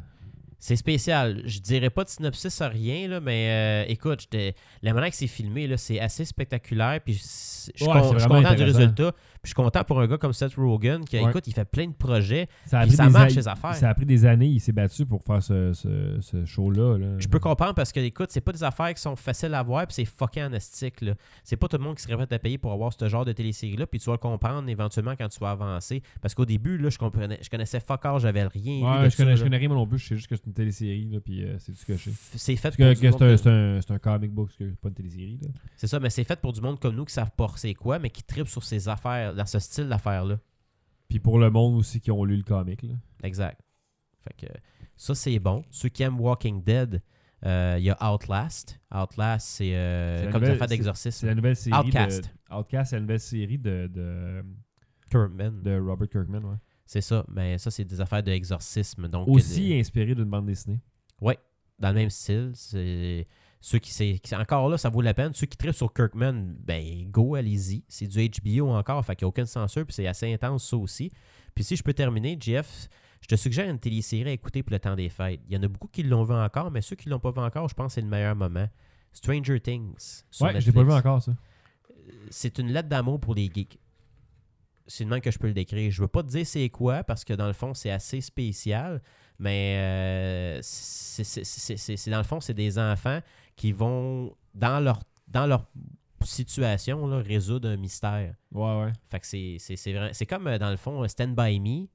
C'est spécial. Je dirais pas de synopsis à rien, là, mais euh, écoute, j'étais- la manière que c'est filmé, là, c'est assez spectaculaire. Puis je je suis Ouais, con- c'est je suis vraiment content du intéressant. résultat. Puis je suis content pour un gars comme Seth Rogen, qui, Ouais. écoute, il fait plein de projets. Ça, Puis ça marche, a- ses affaires. ça a pris des années, il s'est battu pour faire ce, ce- ce show-là. là. Je peux comprendre parce que, écoute, c'est pas des affaires qui sont faciles à voir, puis c'est fucking anastique, là. C'est pas tout le monde qui serait prêt à payer pour avoir ce genre de télésérie-là, puis tu vas le comprendre éventuellement quand tu vas avancer. Parce qu'au début, là, je comprenais, je connaissais fuck all, j'avais rien. lu de Ouais, je ça, connais, là. je connais rien moi non plus, je sais juste que c'est une télésérie, là, puis euh, c'est tout ce que je sais. F- C'est fait Parce que, pour du que monde c'est un, comme- c'est un- c'est un comic book, c'est que c'est pas une télésérie. Là. C'est ça, mais c'est fait pour du monde comme nous qui savent pas c'est quoi, mais qui tripent sur ces affaires, dans ce style d'affaires-là. Puis pour le monde aussi qui ont lu le comic. Là. Exact. Fait que ça, c'est bon. Ceux qui aiment Walking Dead, euh, il y a Outlast. Outlast, c'est euh, C'est la comme nouvelle- des affaires C'est d'exorcisme. la nouvelle série. Outcast. De, Outcast, c'est la nouvelle série de, de, Kerman. de Robert Kirkman. Ouais. C'est ça, mais ça, c'est des affaires d'exorcisme. donc Aussi hein. des- inspiré d'une bande dessinée. dans le même style. C'est ceux qui, c'est, qui- encore là, ça vaut la peine. Ceux qui trippent sur Kirkman, ben go, allez-y. C'est du HBO encore, fait qu'il n'y a aucune censure, puis c'est assez intense ça aussi. Puis si je peux terminer, Jeff, je te suggère une télésérie à écouter pour le temps des fêtes. Il y en a beaucoup qui l'ont vu encore, mais ceux qui l'ont pas vu encore, je pense que c'est le meilleur moment. Stranger Things. sur Ouais, je l'ai pas vu Netflix. encore ça. C'est une lettre d'amour pour les geeks. C'est le même que je peux le décrire. Je veux pas te dire c'est quoi, parce que dans le fond, c'est assez spécial. Mais euh, c'est- c'est- c'est c'est- c'est- dans le fond, c'est des enfants qui vont, dans leur, dans leur situation, là, résoudre un mystère. Ouais, ouais. Fait que c'est- c'est c'est vrai- c'est comme, euh, dans le fond, euh, Stand By Me,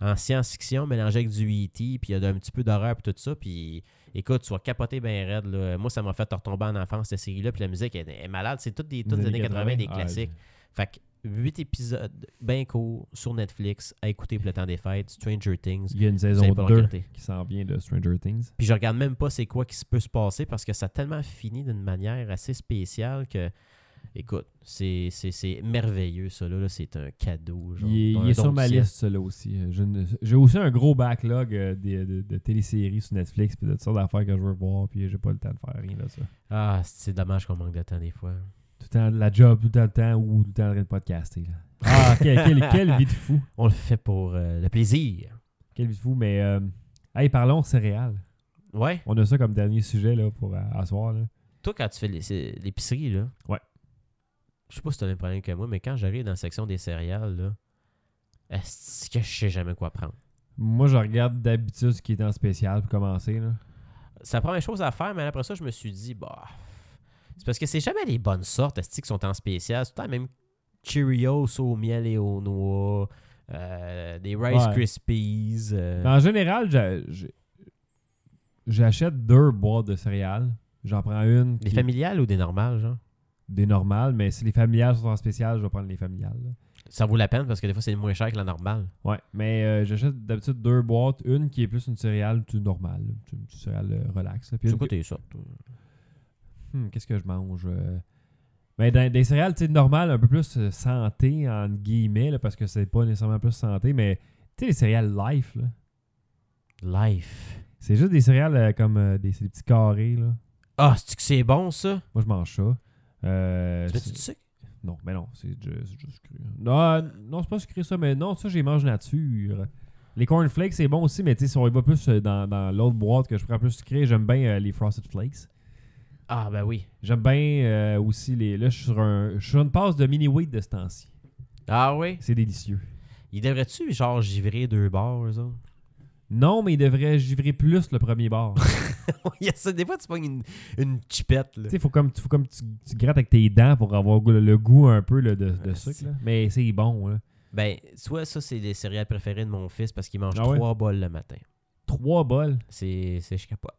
en science-fiction mélangé avec du E.T., puis il y a de- un petit peu d'horreur, puis tout ça. Puis écoute, tu vas capoter bien raide. là. Moi, ça m'a fait retomber en enfance, cette série-là. Puis la musique elle est malade. C'est toutes des toutes des années 80, des Ah, classiques. Fait que 8 épisodes bien courts sur Netflix à écouter pour le temps des fêtes, Stranger Things. Il y a une Vous saison allez pas 2 regretter. qui s'en vient de Stranger Things. Puis je regarde même pas c'est quoi qui se peut se passer parce que ça a tellement fini d'une manière assez spéciale que. Écoute, c'est c'est- c'est merveilleux, ça. Là, là. c'est un cadeau. Genre, il est, d'un il est sur don ma du ciel. liste, celui-là aussi. Euh, je ne- J'ai aussi un gros backlog euh, des- de, de téléséries sur Netflix puis de toutes sortes d'affaires que je veux voir, puis j'ai pas le temps de faire rien de ça. Ah, c'est dommage qu'on manque de temps des fois. Tout le temps de la job, tout le temps, le temps ou tout le temps en train de podcaster. là. Ah, quelle, quelle- quelle vie de fou. On le fait pour euh, le plaisir. Quelle vie de fou, mais. euh, hey, parlons céréales. Ouais. On a ça comme dernier sujet là, pour euh, à soir. Là. Toi, quand tu fais les- c'est- l'épicerie, là. Ouais. Je sais pas si t'as le même problème que moi, mais quand j'arrive dans la section des céréales, là. Est-ce que je sais jamais quoi prendre? Moi, je regarde d'habitude ce qui est en spécial pour commencer. Là. C'est la première chose à faire, mais après ça, je me suis dit, bah. C'est parce que c'est jamais les bonnes sortes, esti, qui sont en spécial. C'est tout le temps même Cheerios au miel et aux noix, euh, des Rice Ouais. Ah, Krispies. euh, Mais En général, j'a- j'ai- j'achète deux boîtes de céréales. J'en prends une. des qui- familiales ou des normales, genre? des normales, mais si les familiales sont en spécial, je vais prendre les familiales. là. Ça vaut la peine parce que des fois, c'est moins cher que la normale. Ouais, mais euh, j'achète d'habitude deux boîtes, une qui est plus une céréale du normal, une céréale euh, relax. là, Puis C'est une quoi tes sortes? toi? Hmm, qu'est-ce que je mange? euh? Ben, dans- des céréales, tu sais, normales, un peu plus euh, santé, entre guillemets, là, parce que c'est pas nécessairement plus santé, mais tu sais, les céréales life, là. Life. C'est juste des céréales euh, comme euh, des, c'est des petits carrés, là. Ah, c'est que c'est bon, ça? Moi, je mange ça. Euh, Tu mets-tu c'est- du sucre? Non, mais non, c'est ju- c'est juste, sucré. Non, euh, non c'est pas sucré, ça, mais non, ça, j'ai mange nature. Les cornflakes, c'est bon aussi, mais tu sais, si on y va plus euh, dans, dans l'autre boîte que je prends plus sucré, j'aime bien euh, les Frosted Flakes. Ah, ben oui. J'aime bien euh, aussi les. Là, je suis sur, un, je suis sur une passe de mini wheat de ce temps-ci. Ah oui? C'est délicieux. Ils devraient-tu, genre, givrer deux bars, eux autres? Non, mais il devrait givrer plus le premier bar. tu Il y a ça, des fois, tu pognes une, une chipette, là. sais, faut comme, faut comme tu, tu grattes avec tes dents pour avoir go- le, goût un peu là, de, de Ouais, sucre. c'est- là. Mais c'est bon. Là. Ben, soit ça, c'est les céréales préférées de mon fils parce qu'il mange Ah ouais? trois bols le matin. Trois bols. C'est, c'est je capote.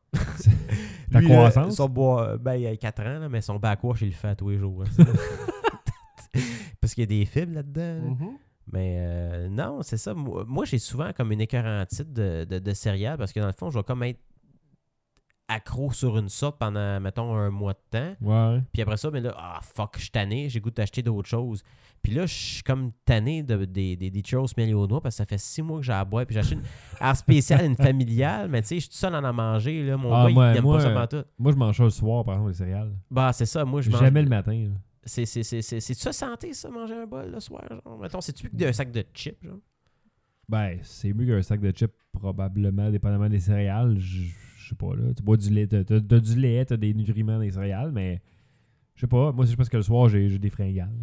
Ta Lui, croissance? euh, son bois, ben, il a 4 ans, là, mais son backwash, il le fait à tous les jours. hein. parce qu'il y a des fibres là-dedans. Mm. là. Mhm. Mais euh, non, c'est ça. Moi, moi, j'ai souvent comme une écœurantite de, de, de céréales parce que dans le fond, je vais comme être accro sur une sorte pendant, mettons, un mois de temps. Ouais. Puis après ça, mais là, ah fuck, je suis tanné, j'ai goût d'acheter d'autres choses. Puis là, je suis comme tanné de, des, des, des churros miel au noix parce que ça fait six mois que j'ai à boire. Puis j'achète une en spéciale, une familiale, mais tu sais, je suis tout seul à en manger. Là. Mon Ah, gars, moi- il n'aime moi, pas ça pantoute. Moi, je mange ça le soir, par exemple, les céréales. Bah, c'est ça, moi, je mange. Jamais le matin. là. C'est c'est- c'est- c'est- c'est-tu ça santé, ça, manger un bol le soir? Genre? Mettons, c'est-tu plus d'un sac de chips? Genre? Ben, c'est mieux qu'un sac de chips, probablement, dépendamment des céréales. Je je sais pas, là. Tu bois du lait, t'as t'as- t'as du lait, t'as des nutriments des céréales, mais je sais pas. Moi, c'est juste parce que le soir, j'ai j'ai des fringales.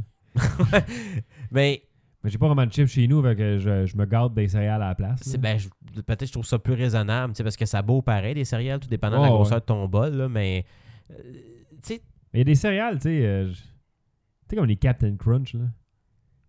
Mais Mais j'ai pas vraiment de chips chez nous, fait que je, je me garde des céréales à la place. c'est- là. ben, je- peut-être je trouve ça plus raisonnable, tu sais, parce que ça beau pareil, les céréales, tout dépendant de la Oh, ouais. grosseur de ton bol, là, mais euh, tu sais, Mais il y a des céréales, tu sais. euh, je- tu sais, comme les Captain Crunch, là.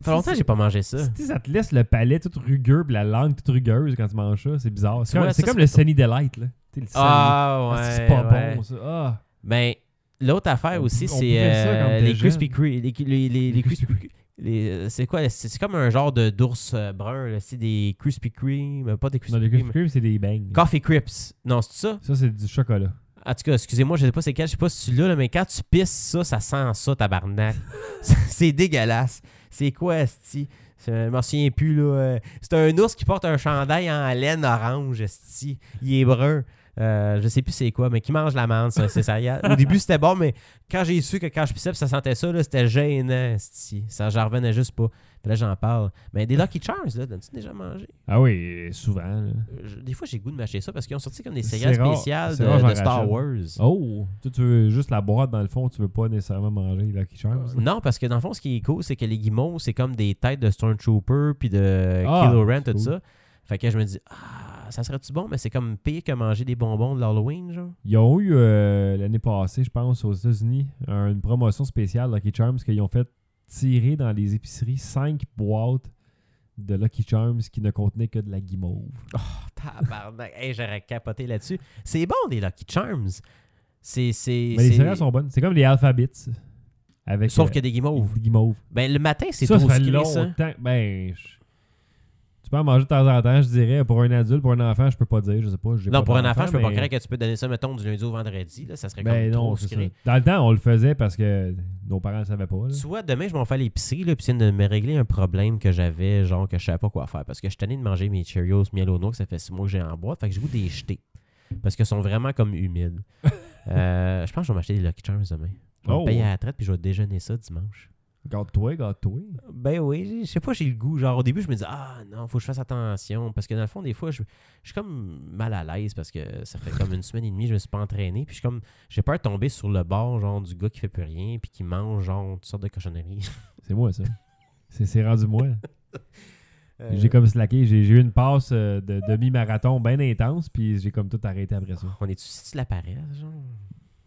ça fait longtemps que j'ai pas mangé ça. Tu sais, ça te laisse le palais tout rugueux, puis la langue toute rugueuse quand tu manges ça. C'est bizarre. C'est Tu comme, vois, c'est ça, comme c'est- le Sunny Delight, là. Tu sais, le Ah Sunny- ouais. Ah, C'est pas ouais. bon, ça. Ah. Ben, l'autre affaire On aussi, pou- on c'est pouvait ça quand euh, t'es les jeune. Krispy Kreme. Les, les, les, les Krispy Kreme. les- euh, c'est quoi? C'est c'est comme un genre de d'ours euh, brun, là, c'est des Krispy Kreme, euh, pas des Krispy Non, les Krispy Kreme. Kreme, c'est des bangs. Coffee Crips. Non, c'est ça? Ça, c'est du chocolat. En tout cas, excusez-moi, je sais pas c'est quel, je sais pas si tu l'as, là, mais quand tu pisses ça, ça sent ça, tabarnak. c'est dégueulasse. C'est quoi, Esti? C'est- Je m'en souviens plus, là. euh, C'est un ours qui porte un chandail en laine orange, Esti. Il est brun. Euh, je sais plus c'est quoi, mais qui mange la menthe, ça, c'est céréales. Au début, c'était bon, mais quand j'ai su que quand je pissais, puis ça sentait ça, là, c'était gênant, Esti. Ça, j'en revenais juste pas. Puis là, j'en parle. Mais des Lucky Charms, là, t'as-tu déjà mangé? Euh, Ah oui, souvent. là. Je- des fois, j'ai le goût de m'acheter ça parce qu'ils ont sorti comme des C'est céréales rare. spéciales C'est rare, de, j'en de Star rachète. Wars. Oh! Toi, tu veux juste la boîte dans le fond, tu veux pas nécessairement manger les Lucky Charms. là. Non, parce que dans le fond, ce qui est cool, c'est que les guimauves, c'est comme des têtes de Stormtrooper puis de Ah, Kylo Ren, c'est tout cool. ça. Fait que je me dis, ah, ça serait-tu bon, mais c'est comme pire que manger des bonbons de l'Halloween, genre. Ils ont eu euh, l'année passée, je pense, aux États-Unis, un- une promotion spéciale Lucky Charms qu'ils ont fait tirer dans les épiceries cinq boîtes de Lucky Charms qui ne contenaient que de la guimauve. Oh, tabarnak. hey, j'aurais capoté là-dessus. C'est bon, des Lucky Charms. C'est. c'est- Mais les c'est- céréales sont bonnes. C'est comme les Alphabets. Avec, Sauf euh, qu'il y a des guimauves. des guimauves. Ben, le matin, c'est ça, trop ça fait sucré, ça. longtemps. Ben, je- tu peux en manger de temps en temps, je dirais. Pour un adulte, pour un enfant, je peux pas dire. Je sais pas. j'ai Non, pas pour un d'enfant, enfant, je peux pas mais- croire que tu peux donner ça, mettons, du lundi au vendredi. Là, ça serait comme Ben non, trop c'est ça. sucré. Dans le temps, on le faisait parce que nos parents ne savaient pas. là. Tu vois, demain, je m'en fais à l'épicerie, là, puis c'est de me régler un problème que j'avais, genre que je savais pas quoi faire. Parce que je suis tanné de manger mes Cheerios miel au noix, que ça fait six mois que j'ai en boîte. Fait que je goût des jeter. Parce qu'ils sont vraiment comme humides. Euh, je pense que je vais m'acheter des Lucky Charms demain. Je vais me Oh. payer à la traite, puis je vais déjeuner ça dimanche. Garde-toi, garde-toi. Ben oui, je sais pas, j'ai le goût. Genre, au début, je me dis, ah non, faut que je fasse attention. Parce que dans le fond, des fois, je, je suis comme mal à l'aise parce que ça fait comme une semaine et demie, je me suis pas entraîné. Puis je suis comme, j'ai peur de tomber sur le bord, genre, du gars qui fait plus rien, puis qui mange, genre, toutes sortes de cochonneries. C'est moi, ça. C'est c'est rendu moi. Euh, J'ai comme slacké. J'ai j'ai eu une passe euh, de demi-marathon bien intense, puis j'ai comme tout arrêté après ça. On est-tu si tu la paresse, genre?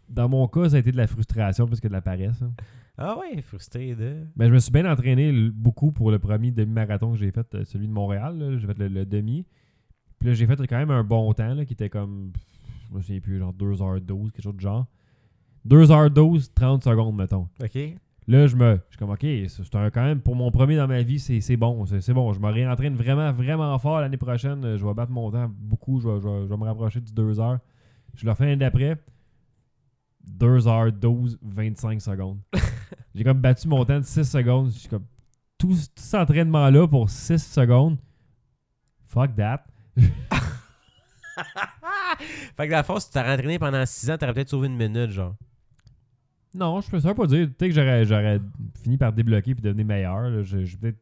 Dans mon cas, ça a été de la frustration plus que de la paresse. hein. Ah ouais, frustré de. Mais je me suis bien entraîné l- beaucoup pour le premier demi-marathon que j'ai fait, euh, celui de Montréal. là. J'ai fait le, le demi. Puis là, j'ai fait quand même un bon temps là, qui était comme, je me souviens plus, genre 2h12, quelque chose de genre. 2h12, 30 secondes, mettons. OK. Là, je me. Je suis comme, OK, c'est un- quand même, pour mon premier dans ma vie, c'est c'est bon. C'est c'est bon. Je me réentraîne vraiment, vraiment fort l'année prochaine. Euh, Je vais battre mon temps beaucoup. Je vais, je vais- je vais me rapprocher du 2 heures. Je le fais l'année d'après. 2 heures 12, 25 secondes. J'ai comme battu mon temps de 6 secondes. Je suis comme, tout, tout cet entraînement-là pour 6 secondes. Fuck that. Fait que dans le fond, si tu t'es entraîné pendant 6 ans, t'aurais peut-être sauvé une minute, genre. Non, je peux ça veut pas dire. Peut-être que j'aurais, j'aurais fini par débloquer puis devenir meilleur. là. Je, je- peut-être,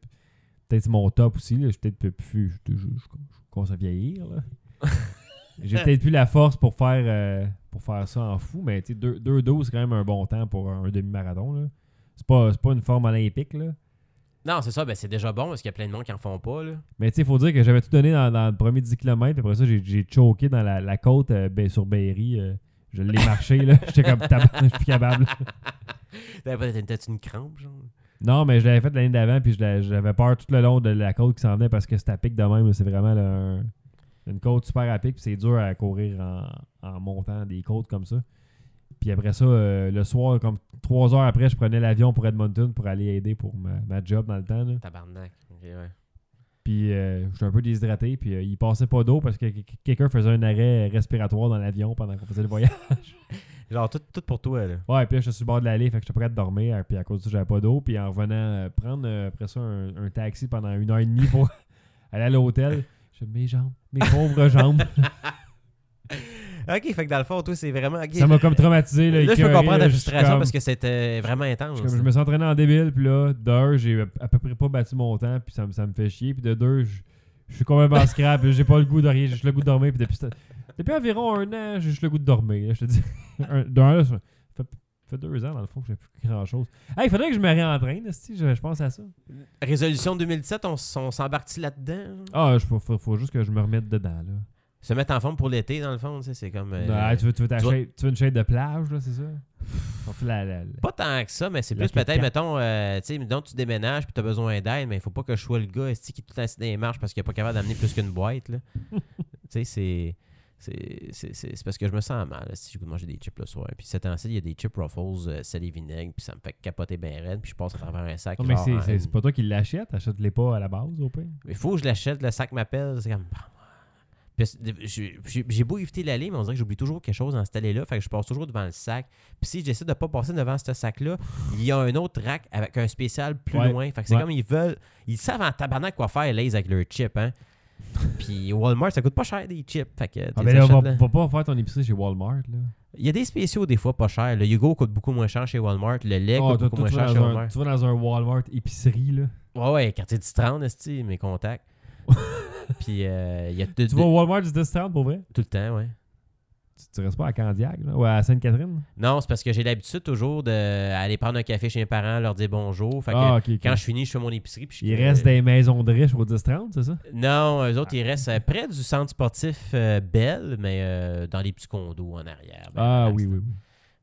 peut-être c'est mon top aussi. là. Je suis peut-être plus- plus. Je, je, je, je commence à vieillir. là. J'ai peut-être plus la force pour faire, euh, pour faire ça en fou, mais 2-12, c'est quand même un bon temps pour un demi-marathon. là. C'est pas, c'est pas une forme olympique. Là. Non, c'est ça, ben c'est déjà bon parce qu'il y a plein de monde qui en font pas, là. Mais tu sais, il faut dire que j'avais tout donné dans, dans le premier 10 km, puis après ça, j'ai, j'ai choqué dans la, la côte euh, ben, sur Berry. euh, je l'ai marché, là. J'étais comme tabarnak, je suis plus capable. T'avais peut-être peut-être une crampe, genre. Non, mais je l'avais fait l'année d'avant, puis je l'avais- j'avais peur tout le long de la côte qui s'en venait parce que c'est à pic de même. là. C'est vraiment là, un- une côte super à pic, puis c'est dur à courir en, en montant des côtes comme ça. Puis après ça, euh, le soir, comme trois heures après, je prenais l'avion pour Edmonton pour aller aider pour ma, ma job dans le temps. là. Tabarnak. Ok, ouais. Puis euh, j'étais un peu déshydraté, puis euh, il passait pas d'eau parce que que- que- quelqu'un faisait un arrêt respiratoire dans l'avion pendant qu'on faisait le voyage. Genre, tout, tout pour toi, là. Ouais, puis là, je suis sur le bord de l'allée, fait que j'étais prêt à dormir, puis à cause de ça, j'avais pas d'eau, puis en revenant euh, prendre euh, après ça un, un taxi pendant une heure et demie pour aller à l'hôtel, je mes jambes, mes pauvres jambes. Ok, fait que dans le fond, toi, c'est vraiment. ok. ça m'a comme traumatisé. Là, Là, je peux écoeuré, comprendre là, la je suis frustration comme- parce que c'était vraiment intense. je, suis comme, je me suis entraîné en débile, puis là, d'un, j'ai à- à peu près pas battu mon temps, puis ça, me- ça me fait chier, puis de deux, je, je suis complètement scrap, puis j'ai pas le goût de rien, j'ai juste le goût de dormir, puis depuis, ça- depuis environ un an, j'ai juste le goût de dormir, là, je te dis. Un- D'un, là, ça fait, fait deux ans, dans le fond, que j'ai plus grand-chose. Hey, faudrait que je me réentraîne, esti, je, je pense à ça. Résolution 2017, on, s- on s'embarque là-dedans. là? Ah, je, faut, faut- faut juste que je me remette dedans, là. Se mettre en forme pour l'été, dans le fond, tu sais, c'est comme. euh, Ah, tu, veux, tu, veux ta tu vois- shape- tu veux une chaîne de plage, là, c'est ça? On fait la- la- la- Pas tant que ça, mais c'est La plus quête peut-être, quatre. mettons, euh, tu sais, mettons, tu déménages puis tu as besoin d'aide, mais il faut pas que je sois le gars esti, qui est tout le temps assis dans les marches parce qu'il n'est pas capable d'amener plus qu'une boîte. là. tu sais, c'est. C'est c'est- c'est- c'est parce que je me sens mal si je goût de manger des chips le soir. Puis cet temps-ci, il y a des chips ruffles, euh, sel et vinaigre, puis ça me fait capoter ben raide, puis je passe à travers un sac. Non, mais genre c'est- en c'est une- c'est pas toi qui l'achètes, achète-les pas à la base, au pire. Il faut que je l'achète, le sac m'appelle. C'est comme. bah, Puis c'est- j'ai- J'ai j'ai beau éviter l'allée, mais on dirait que j'oublie toujours quelque chose dans cette allée-là. Fait que je passe toujours devant le sac. Puis si j'essaie de pas passer devant ce sac-là, il y a un autre rack avec un spécial plus Ouais. loin. Fait que c'est Ouais. comme ils veulent. Ils savent en tabarnak quoi faire, les avec leur chip, hein. Puis Walmart, ça coûte pas cher des chips. Fait que Ah, t'es mais là, achètes, va, là. va pas faire ton épicerie chez Walmart, là. Il y a des spéciaux des fois pas chers. Le Hugo coûte beaucoup moins cher chez Walmart. Le lait Ah, coûte toi, beaucoup toi, moins tu, vas cher chez dans un, Walmart. tu vas dans un Walmart épicerie, là. Ouais, ouais, quartier du 30, esti, mes contacts. Puis euh, il y a de- Tu vas de- au Walmart du 10-30, pour vrai? tout le temps, ouais. Tu, tu restes pas à Candiac, là, ou à Sainte-Catherine? Non, c'est parce que j'ai l'habitude toujours d'aller prendre un café chez mes parents, leur dire bonjour. Fait que Ah, ok, ok. quand je finis, je fais mon épicerie. Puis je- Il reste des Ah. maisons de riches au 10-30, c'est ça? Non, eux autres, ils restent euh, près du centre sportif euh, Bell, mais euh, dans les petits condos en arrière. ben, ah, relax, oui, là. oui, oui.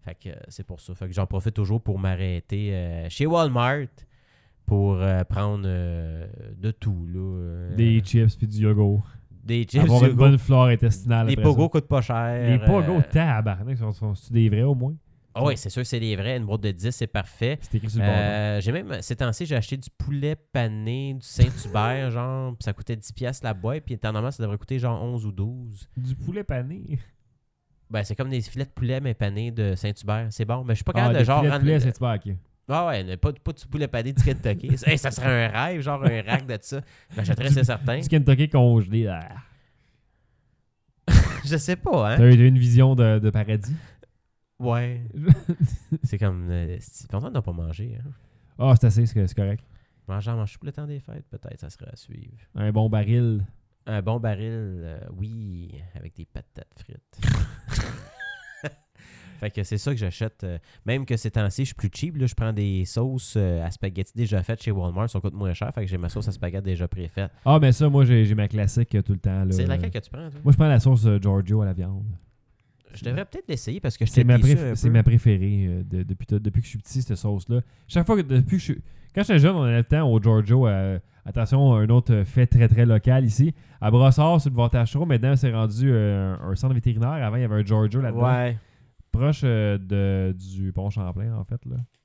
Fait que euh, c'est pour ça. Fait que j'en profite toujours pour m'arrêter euh, chez Walmart pour euh, prendre euh, de tout. Là, euh, Des chips puis du yogourt. des chips. Avoir une Hugo. bonne flore intestinale. Les après ça. pogos coûtent pas cher. Les pogos, euh, tabarnak, sont- sont-tu des vrais au moins? Ah oui, c'est sûr, c'est les vrais. Une boîte de 10, c'est parfait. C'est écrit sur le bord. Euh, j'ai même, ces temps-ci, j'ai acheté du poulet pané, du Saint-Hubert, genre, pis ça coûtait 10$ piastres la boîte, puis normalement, ça devrait coûter genre 11 ou 12. Du poulet pané. Ben, c'est comme des filets de poulet, mais panés de Saint-Hubert. C'est bon, mais je suis pas Ah, capable des de genre. filets de rendre- poulet, c'est pas ok. Ah ouais, mais pas, pas du poulet pané du Kentucky. hey, ça serait un rêve, genre un rack de ça. J'achèterais, c'est certain. Du Kentucky congelé. là. Hein? Je sais pas, hein. T'as eu une vision de, de paradis. Ouais. c'est comme. Euh, c'est content de pas manger. Hein. Ah, c'est assez, c'est c'est correct. Manger, en mange pour le temps des fêtes, peut-être, ça serait à suivre. Un bon baril. Un bon baril, euh, oui, avec des patates frites. fait que c'est ça que j'achète. euh, même que ces temps-ci, je suis plus cheap. Là, je prends des sauces euh, à spaghetti déjà faites chez Walmart. Ça coûte moins cher. Fait que j'ai ma sauce à spaghetti déjà préfaite. Ah, mais ça, moi, j'ai j'ai ma classique euh, tout le temps. là. C'est laquelle que tu prends, toi? Moi, je prends la sauce euh, Giorgio à la viande. Je devrais peut-être l'essayer parce que je C'est t'ai ma, déçu préf- un c'est peu. ma préférée euh, de- depuis, t- depuis que je suis petit, cette sauce-là. Chaque fois que depuis que je suis- Quand j'étais jeune, on allait le temps au Giorgio. à- attention, un autre euh, fait très très local ici. À Brossard, sur le Vantageau, maintenant c'est rendu euh, un un centre vétérinaire. Avant, il y avait un Giorgio là-dedans. Ouais. Proche euh, de, du pont Champlain, en fait. là. Tu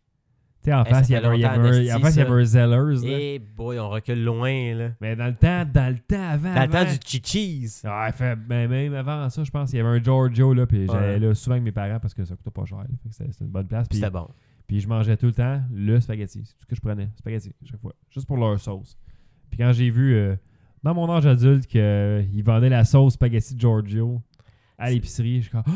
Tu sais, en Hey, Eh, ça face, il y fait avait- il y longtemps, avait Nasty, en face, il y ça. avait un Zellers. là. Eh boy, on recule loin, là. Mais dans le temps, dans le temps avant. Dans le temps avant- du chichis. Ouais, fait- ben, même avant ça, je pense, il y avait un Giorgio, là, puis Ouais. j'allais là souvent avec mes parents parce que ça coûtait pas cher. là. Fait que C'était c'était une bonne place. Puis Puis, c'était bon. puis je mangeais tout le temps le spaghetti. C'est tout ce que je prenais, spaghetti, à chaque fois. Juste pour leur sauce. Puis quand j'ai vu, euh, dans mon âge adulte, qu'ils vendaient la sauce spaghetti Giorgio à C'est- l'épicerie, je suis comme...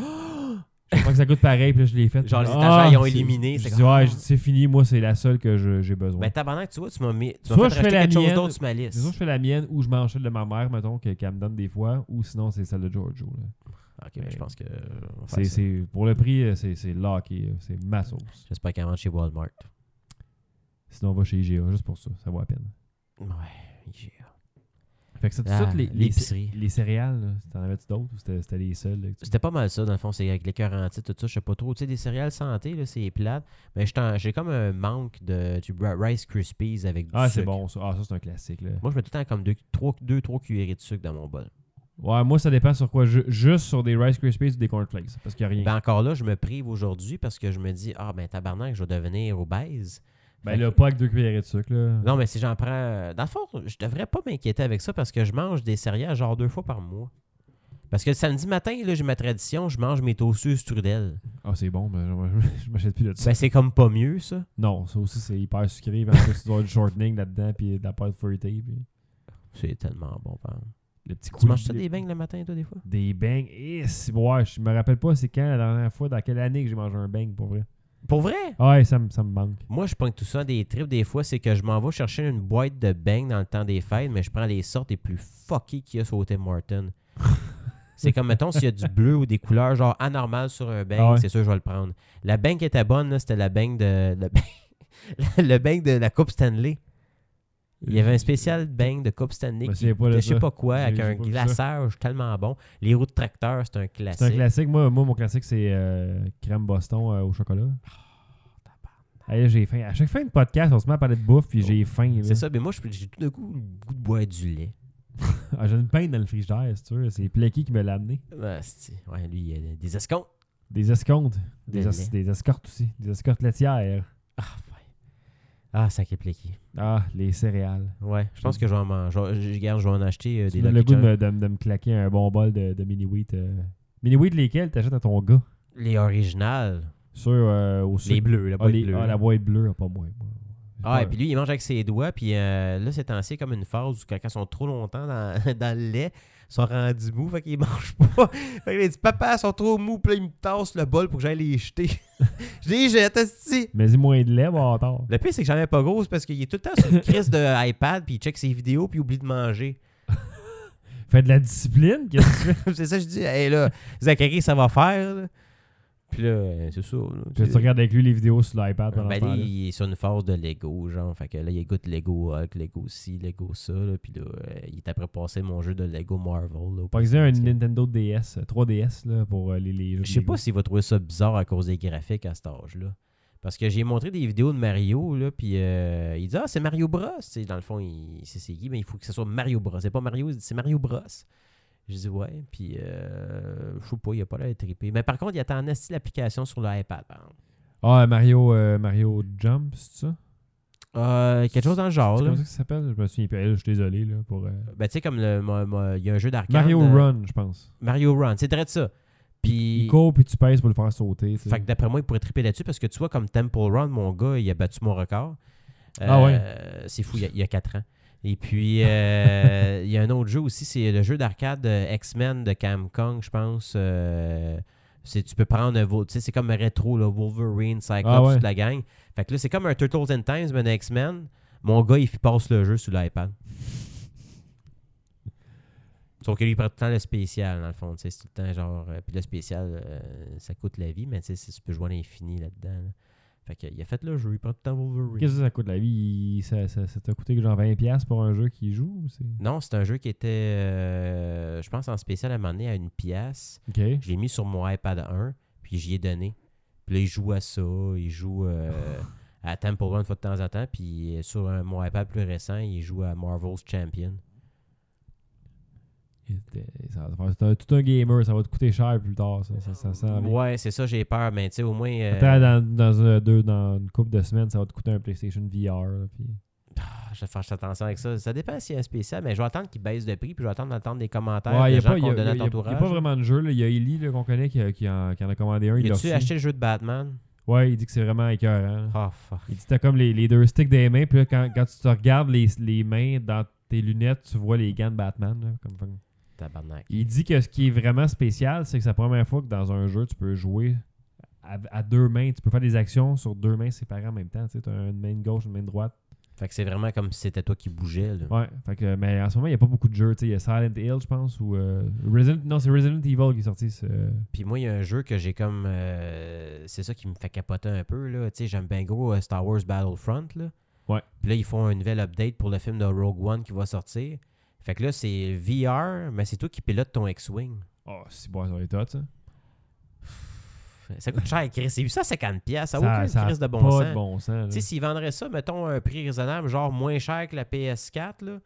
Oh! Je sais pas que ça coûte pareil, puis là, je l'ai fait. Genre, les Ah, étagères, ils ont c'est- éliminé, Je c'est dis, comme- ah. ouais, je dis, c'est fini, moi, c'est la seule que je- j'ai besoin. Ben, tabarnak, tu vois, tu m'as mis. Tu Soit m'as fait je fais rajouter la quelque chose mienne, d'autre sur ma liste. C'est sûr que je fais la mienne ou je mange celle de ma mère, mettons, que- qu'elle me donne des fois, ou sinon c'est celle de Giorgio. là. Ok, ben, je pense que. euh, on va faire C'est, ça. c'est- pour le prix, euh, c'est, c'est locké, euh, c'est ma sauce. J'espère qu'elle rentre chez Walmart. Sinon, on va chez IGA juste pour ça, ça vaut la peine. Ouais, j'ai- Fait que c'est tout Ah, ça, les, les, l'épicerie. les céréales, là, t'en avais-tu d'autres ou c'était, c'était les seuls? là, que tu- C'était pas mal ça, dans le fond, c'est avec les quarantites, tout ça, je sais pas trop. Tu sais, des céréales santé, là, c'est plate. Mais je t'en- j'ai comme un manque de du bra- Rice Krispies avec du Ah, c'est sucre. bon, ça. Ah, ça, c'est un classique. Là. Moi, je mets tout le temps comme 2-3 trois, deux, trois cuillerées de sucre dans mon bol. Ouais, moi, ça dépend sur quoi. Ju- juste sur des Rice Krispies ou des cornflakes, parce qu'il n'y a rien. Ben encore là, je me prive aujourd'hui parce que je me dis, ah, ben tabarnak, je vais devenir obèse. Ben, fait là, que- pas avec deux cuillerées de sucre, là. Non, mais si j'en prends. Dans le fond, je devrais pas m'inquiéter avec ça parce que je mange des céréales genre deux fois par mois. Parce que le samedi matin, là, j'ai ma tradition, je mange mes toastues Strudel. Ah, c'est bon, ben, je, je m'achète plus de ça. Ben, c'est comme pas mieux, ça. Non, ça aussi, c'est hyper sucré, parce que tu dois du shortening là-dedans, puis de la pâte fruitée, puis C'est tellement bon, par exemple. le petit coup. Tu manges ça de- des beignes le matin, toi, des fois? Des bangs. Eh, si, ouais, je me rappelle pas c'est quand la dernière fois, dans quelle année que j'ai mangé un bang pour vrai. Pour vrai? Ah Ouais, ça, me- ça me manque. Moi, je prends tout ça des tripes des fois, c'est que je m'en vais chercher une boîte de beignes dans le temps des fêtes, mais je prends les sortes les plus fuckées qu'il y a sur le Tim Martin. c'est comme, mettons, s'il y a du bleu ou des couleurs genre anormales sur un beigne, Ah ouais. c'est sûr que je vais le prendre. La beigne qui était bonne, là, c'était la beigne de... Le beigne, le beigne de la Coupe Stanley. Il y avait un spécial beigne de Coupe Stanley Je me qui, souviens pas de je sais ça. pas quoi, J'ai- avec j'ai un pas vu ça. glaçage tellement bon. Les roues de tracteur, c'est un classique. C'est un classique. Moi, moi mon classique, c'est euh, crème Boston euh, au chocolat. Ah, là, j'ai faim. À chaque fin de podcast, on se met à parler de bouffe, puis j'ai faim. là. C'est ça, mais moi, je- j'ai tout d'un coup le goût de boire du lait. Ah, j'ai une peine dans le frigidaire, si tu veux. C'est Plecky qui me l'a amené. Ah, c'est- ouais, lui, il y a des escomptes. Des escomptes. Des, De es- lait. des escortes aussi. Des escortes laitières. Ah, ouais. Ah, ça qui est pliqué. Ah, les céréales. Ouais, je pense que je vais en manger. Je, vais- je garde, je vais en acheter euh, Mm. Tu des me donnes le Lucky goût de Charms. me, de me- de me claquer un bon bol de, de mini-wheat. euh. Mini-wheat, lesquels t'achètes à ton gars? Les originales. Sur, euh, au sucre. Les bleus, la Ah, boîte les- bleue. ah, la boîte bleue, ah, pas moi. moi. Ah, et puis lui, il mange avec ses doigts. Puis euh, là, c'est ainsi comme une phase où quand ils sont trop longtemps dans, dans le lait, ils sont rendus mous, fait qu'ils mangent pas. Fait qu'il a dit Papa, ils sont trop mous, puis là, il me tasse le bol pour que j'aille les jeter. je les jette, esti. Mais dis moins de lait, bâtard. Le pire, c'est que j'en ai pas gros, c'est parce qu'il est tout le temps sur une crise de iPad, puis il check ses vidéos, puis il oublie de manger. Fais de la discipline. qu'est-ce que tu fais? c'est ça, je dis, hey, là, Zachary, ça va faire. là. Puis là, euh, c'est ça. là. Puis tu regardes avec lui les vidéos sur l'iPad pendant Ben, ce là, temps-là. il est sur une phase de Lego, genre. Fait que là, il écoute Lego Hulk, Lego ci, Lego ça. Là, puis là, euh, il est après passé mon jeu de Lego Marvel. là, au Par exemple, un PlayStation. Nintendo DS, euh, 3DS là, pour euh, les, les jeux de Je sais Lego. pas s'il va trouver ça bizarre à cause des graphiques à cet âge-là. Parce que j'ai montré des vidéos de Mario, là, puis euh, il dit Ah, c'est Mario Bros. Tu sais, dans le fond, il, c'est, c'est qui, mais il faut que ce soit Mario Bros. C'est pas Mario, il dit, c'est Mario Bros. Je dis Ouais, puis euh, je sais pas, il a pas l'air trippé. Mais par contre, il attend en esti l'application sur l'iPad. par exemple. Ah, Mario, euh, Mario Jump, c'est ça? Euh, quelque chose dans le genre. C'est là. comme ça que ça s'appelle? Je me souviens plus. Eh, là, Je suis désolé là, pour... euh, Ben, tu sais, comme le- moi- moi, il y a un jeu d'arcade. Mario euh, Run, je pense. Mario Run, c'est vrai de ça. Il Puis. court puis tu pèses pour le faire sauter. tu sais. Fait que d'après moi, il pourrait triper là-dessus parce que tu vois, comme Temple Run, mon gars, il a battu mon record. Ah ouais? Euh, C'est fou, il y a- il y a 4 ans. Et puis, euh, il y a un autre jeu aussi, c'est le jeu d'arcade euh, X-Men de Camcong, je pense. Euh, c'est- tu peux prendre un vo- tu sais, c'est comme un rétro, là, Wolverine, Cyclops, Ah ouais. toute la gang. Fait que là, c'est comme un Turtles in Times, mais un X-Men. Mon gars, il f- passe le jeu sur l'iPad. Sauf que lui, il prend tout le temps le spécial, dans le fond. tu sais, C'est tout le temps genre. euh, puis le spécial, euh, ça coûte la vie, mais tu sais, c'est- tu peux jouer à l'infini là-dedans. là. Fait que, il a fait le jeu, il prend tout le temps Wolverine. Qu'est-ce que ça coûte la vie? Il- Ça, ça, ça t'a coûté genre 20$ pour un jeu qui joue? ou c'est- Non, c'est un jeu qui était, euh, je pense, en spécial à un moment donné à une pièce. Ok. Je l'ai mis sur mon iPad 1, puis j'y ai donné. Puis là, il joue à ça, il joue euh, à Temple Run une fois de temps en temps, puis euh, sur un- mon iPad plus récent, il joue à Marvel's Champion. C'était- ça va faire- C'est un- tout un gamer, ça va te coûter cher plus tard, ça, ça, ça sent bien. Ouais, c'est ça, j'ai peur, mais tu sais, au moins. euh, Attends, dans, dans, un- deux, dans une couple de semaines, ça va te coûter un PlayStation VR. là, puis- Ah, Je vais faire attention avec ça. Ça dépend s'il y a un spécial, mais je vais attendre qu'il baisse de prix, puis je vais attendre d'entendre des commentaires Ouais, des il n'y a, gens pas- y qu'on a- donne y a- à y ton a- y a pas entourage. vraiment de jeu. là. Il y a Ellie là, qu'on connaît qui, a- qui en, qui en a commandé un. Il Y l'a a-tu reçu. acheté le jeu de Batman? Ouais, il dit que c'est vraiment écœurant. là. Oh, fuck. Il dit t'as comme les, les deux sticks des mains, puis là, quand, quand tu te regardes les, les mains dans tes lunettes, tu vois les gants de Batman. là, comme- comme- Tabarnak. Il dit que ce qui est vraiment spécial, c'est que c'est la première fois que dans un jeu, tu peux jouer à, à deux mains. Tu peux faire des actions sur deux mains séparées en même temps. Tu sais, t'as une main gauche, une main droite. Fait que c'est vraiment comme si c'était toi qui bougeais, là. Ouais, fait que, mais en ce moment, il n'y a pas beaucoup de jeux. Tu sais, Il y a Silent Hill, je pense, ou euh, Resident... Non, c'est Resident Evil qui est sorti. c'est, euh, Puis moi, il y a un jeu que j'ai comme. euh, c'est ça qui me fait capoter un peu, là. Tu sais, j'aime bien gros euh, Star Wars Battlefront, là. Ouais. Puis là, ils font un nouvel update pour le film de Rogue One qui va sortir. Fait que là, c'est VR, mais c'est toi qui pilotes ton X-Wing. Oh, c'est bon, ça va être hot, ça. Ça coûte cher, Chris. C'est 850 pièces. Ça Ça- n'a aucune ça a crise de bon pas sens. de bon sens. là. Tu sais, s'ils vendraient ça, mettons, à un prix raisonnable, genre moins cher que la PS4, là,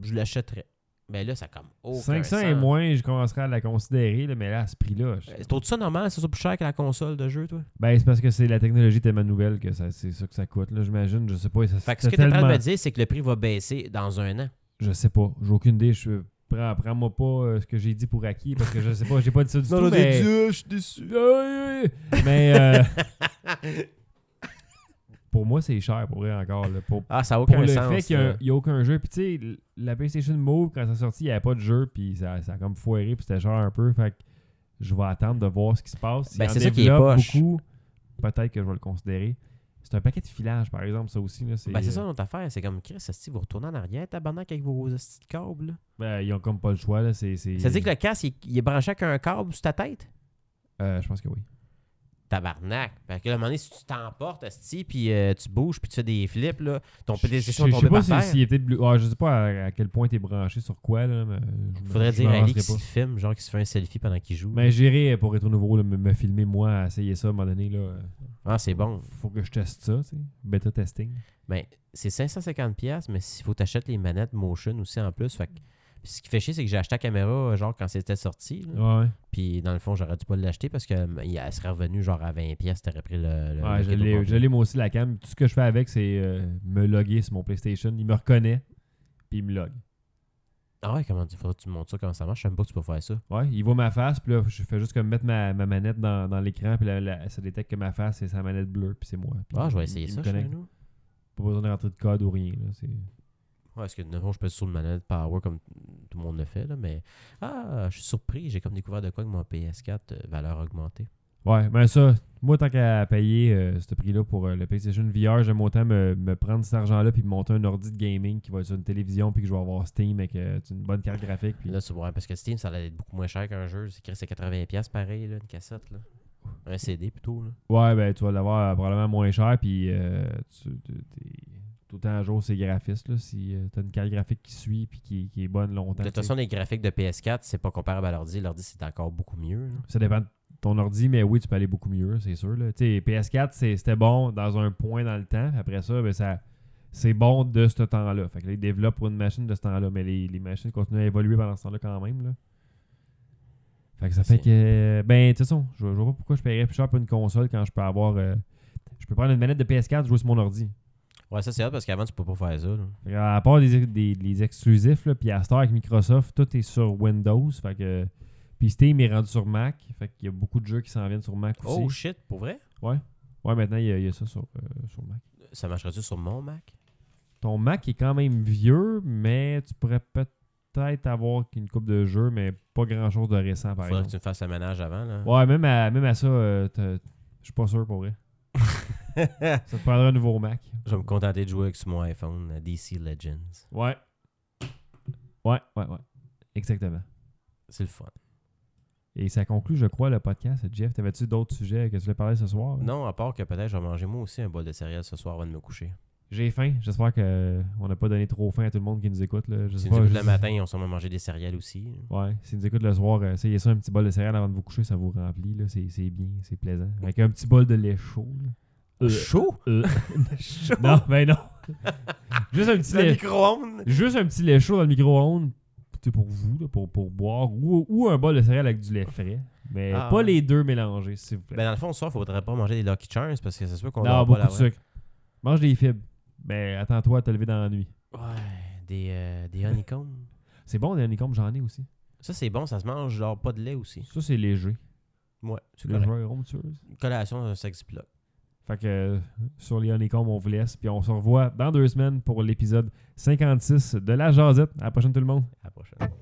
je l'achèterais. Mais là, ça a comme aucun 500 sens. et moins, je commencerai à la considérer, là, mais là, à ce prix-là. je- Euh, Trouves-tu ça normal, c'est ça plus cher que la console de jeu, toi? Ben, c'est parce que c'est la technologie tellement nouvelle que ça- c'est ça que ça coûte, là, j'imagine. Je sais pas. Ça, Fait que ce c'est que t'es en train de tellement- me dire, c'est que le prix va baisser dans un an. Je sais pas. J'ai aucune idée. Je prends, moi pas euh, ce que j'ai dit pour acquis parce que je sais pas. J'ai pas dit ça du tout. Mais, je suis déçu. Euh, mais euh, pour moi, c'est cher pour vrai encore. là. Pour, Ah, ça n'a aucun pour le sens. fait qu'il là. n'y a, aucun jeu. Puis tu sais, l- la PlayStation Move, quand ça sortit, il n'y avait pas de jeu. Puis ça, ça a comme foiré. Puis c'était cher un peu. Fait que je vais attendre de voir ce qui se passe. S'il Ben, en c'est ça qui est développe poche. beaucoup, peut-être que je vais le considérer. C'est un paquet de filage, par exemple, ça aussi. là, c'est, euh, Ben, c'est ça notre affaire. C'est comme, Chris, si vous retournez en arrière, tabarnak avec vos hosties de câbles. là. Ben, ils ont comme pas le choix. Là. C'est, c'est- Ça veut dire que le casque, il, il est branché avec un câble sur ta tête? Euh, je pense que oui. Tabarnak. Fait que là, à un moment donné, si tu t'emportes, asti, puis euh, tu bouges, puis tu fais des flips, là, ton Je- PlayStation je- est tombé par Je sais pas terre. si- s'il était bleu- ah, je sais pas à, à quel point t'es branché sur quoi là. Mais je me- Faudrait je dire à m'avancerai Ali qui se pas. filme, genre qui se fait un selfie pendant qu'il joue. Mais j'irai pour être au nouveau là, me, me filmer moi, à essayer ça à un moment donné là. Ah, c'est bon. Faut que je teste ça, tu sais. Beta testing. Ben, c'est 550$, piastres, mais s'il faut t'achètes les manettes motion aussi en plus. Fait que- puis ce qui fait chier, c'est que j'ai acheté la caméra, genre, quand c'était sorti. là. Ouais. Puis dans le fond, j'aurais dû pas l'acheter parce euh, qu'elle serait revenue, genre, à 20$, piastres, t'aurais pris le. le- Ouais, le je cadeau l'ai- complet. je l'ai moi aussi la cam. Tout ce que je fais avec, c'est euh, me loguer sur mon PlayStation. Il me reconnaît, puis il me log. Ah ouais, comment tu, faudrait que tu me montres ça, comment ça marche? Je sais même pas que tu peux faire ça. Ouais, il voit ma face, puis là, je fais juste comme mettre ma, ma manette dans, dans l'écran, puis là, là, ça détecte que ma face, c'est sa manette bleue, puis c'est moi. Puis Ah, je vais il- essayer il ça me chez connecte. nous. Pas besoin de rentrer de code ou rien. Là, c'est... Ouais, parce que de nouveau, je pèse sur le manette Power comme tout le monde le fait, là, mais. Ah, je suis surpris, j'ai comme découvert de quoi que mon PS4 euh, valeur augmentée. Ouais, ben ça, moi, tant qu'à payer euh, ce prix-là pour euh, le PlayStation VR, j'aime autant me, me prendre cet argent-là puis me monter un ordi de gaming qui va être sur une télévision puis que je vais avoir Steam avec euh, une bonne carte graphique. Puis... Puis là, tu vois, parce que Steam, ça allait être beaucoup moins cher qu'un jeu. C'est Chris, c'est 80$ pareil, là, une cassette. Là. Un CD plutôt. Là. Ouais, ben tu vas l'avoir euh, probablement moins cher puis euh, tu, tu- t'es- tout le temps à jour, c'est graphiste. Là, si euh, t'as une carte graphique qui suit puis qui, qui est bonne longtemps. De toute tu sais. façon, les graphiques de PS4, c'est pas comparable à l'ordi. L'ordi, c'est encore beaucoup mieux. là. Ça dépend de ton ordi, mais oui, tu peux aller beaucoup mieux, c'est sûr. là. Tu sais, PS4, c'est- c'était bon dans un point dans le temps. Après ça, ben, ça c'est bon de ce temps-là. Fait que là, ils développent pour une machine de ce temps-là, mais les, les machines continuent à évoluer pendant ce temps-là quand même. Là. Fait que ça fait C'est- que. Ben, de toute façon, je, je vois pas pourquoi je paierais plus cher pour une console quand je peux avoir. euh, je peux prendre une manette de PS4 jouer sur mon ordi. Ouais, ça, c'est hot parce qu'avant, tu peux pas faire ça. là. Fait que À part les, des- les exclusifs, là, puis à Star avec Microsoft, tout est sur Windows. Fait que, puis Steam est rendu sur Mac. Fait qu'il y a beaucoup de jeux qui s'en viennent sur Mac aussi. Oh shit, pour vrai? ouais, maintenant, il y, a- il y a ça sur, euh, sur Mac. Ça marcherait-tu sur mon Mac? Ton Mac est quand même vieux, mais tu pourrais peut-être avoir une coupe de jeux, mais pas grand-chose de récent, par Faudrait que exemple. tu me fasses le ménage avant. Là. Ouais, même à, même à ça, euh, t'as- je suis pas sûr pour vrai. ça te prendra un nouveau Mac. Je vais me contenter de jouer avec sur mon iPhone, à DC Legends. Ouais. Ouais, ouais, ouais. Exactement. C'est le fun. Et ça conclut, je crois, le podcast. Jeff, t'avais-tu d'autres sujets que tu voulais parler ce soir? Non, à part que peut-être je vais manger moi aussi un bol de céréales ce soir avant de me coucher. J'ai faim. J'espère que euh, on n'a pas donné trop faim à tout le monde qui nous écoute. Là. Je sais Si pas, nous écoutes je- le matin, on sûrement manger des céréales aussi. Ouais, si vous écoutez le soir, euh, essayez ça, un petit bol de céréales avant de vous coucher, ça vous remplit, là, c'est, c'est bien, c'est plaisant. Avec un petit bol de lait chaud, là. Chaud? Euh. Chaud? Non, ben non. Juste un petit Le lait, micro-ondes? juste un petit lait chaud dans le micro-ondes, écoutez, pour vous, là, pour, pour boire, ou, ou un bol de céréales avec du lait frais. Mais Ah. pas les deux mélangés, s'il vous plaît. Ben, dans le fond, ça, faudrait pas manger des Lucky Charms parce que c'est sûr qu'on non, dort beaucoup pas de la sucre. Mange des fibres. Mais attends-toi à te lever dans la nuit. Ouais, des, euh, des honeycombs. C'est bon, des honeycombs, j'en ai aussi. ça, c'est bon, ça se mange, genre pas de lait aussi. Ça, c'est léger. Ouais, c'est Le correct. joueur est onctueuse. Une collation, euh, un sexploc. Fait que euh, sur les honeycombs, on vous laisse. Puis on se revoit dans deux semaines pour l'épisode 56 de La Jazette. À la prochaine, tout le monde. À la prochaine.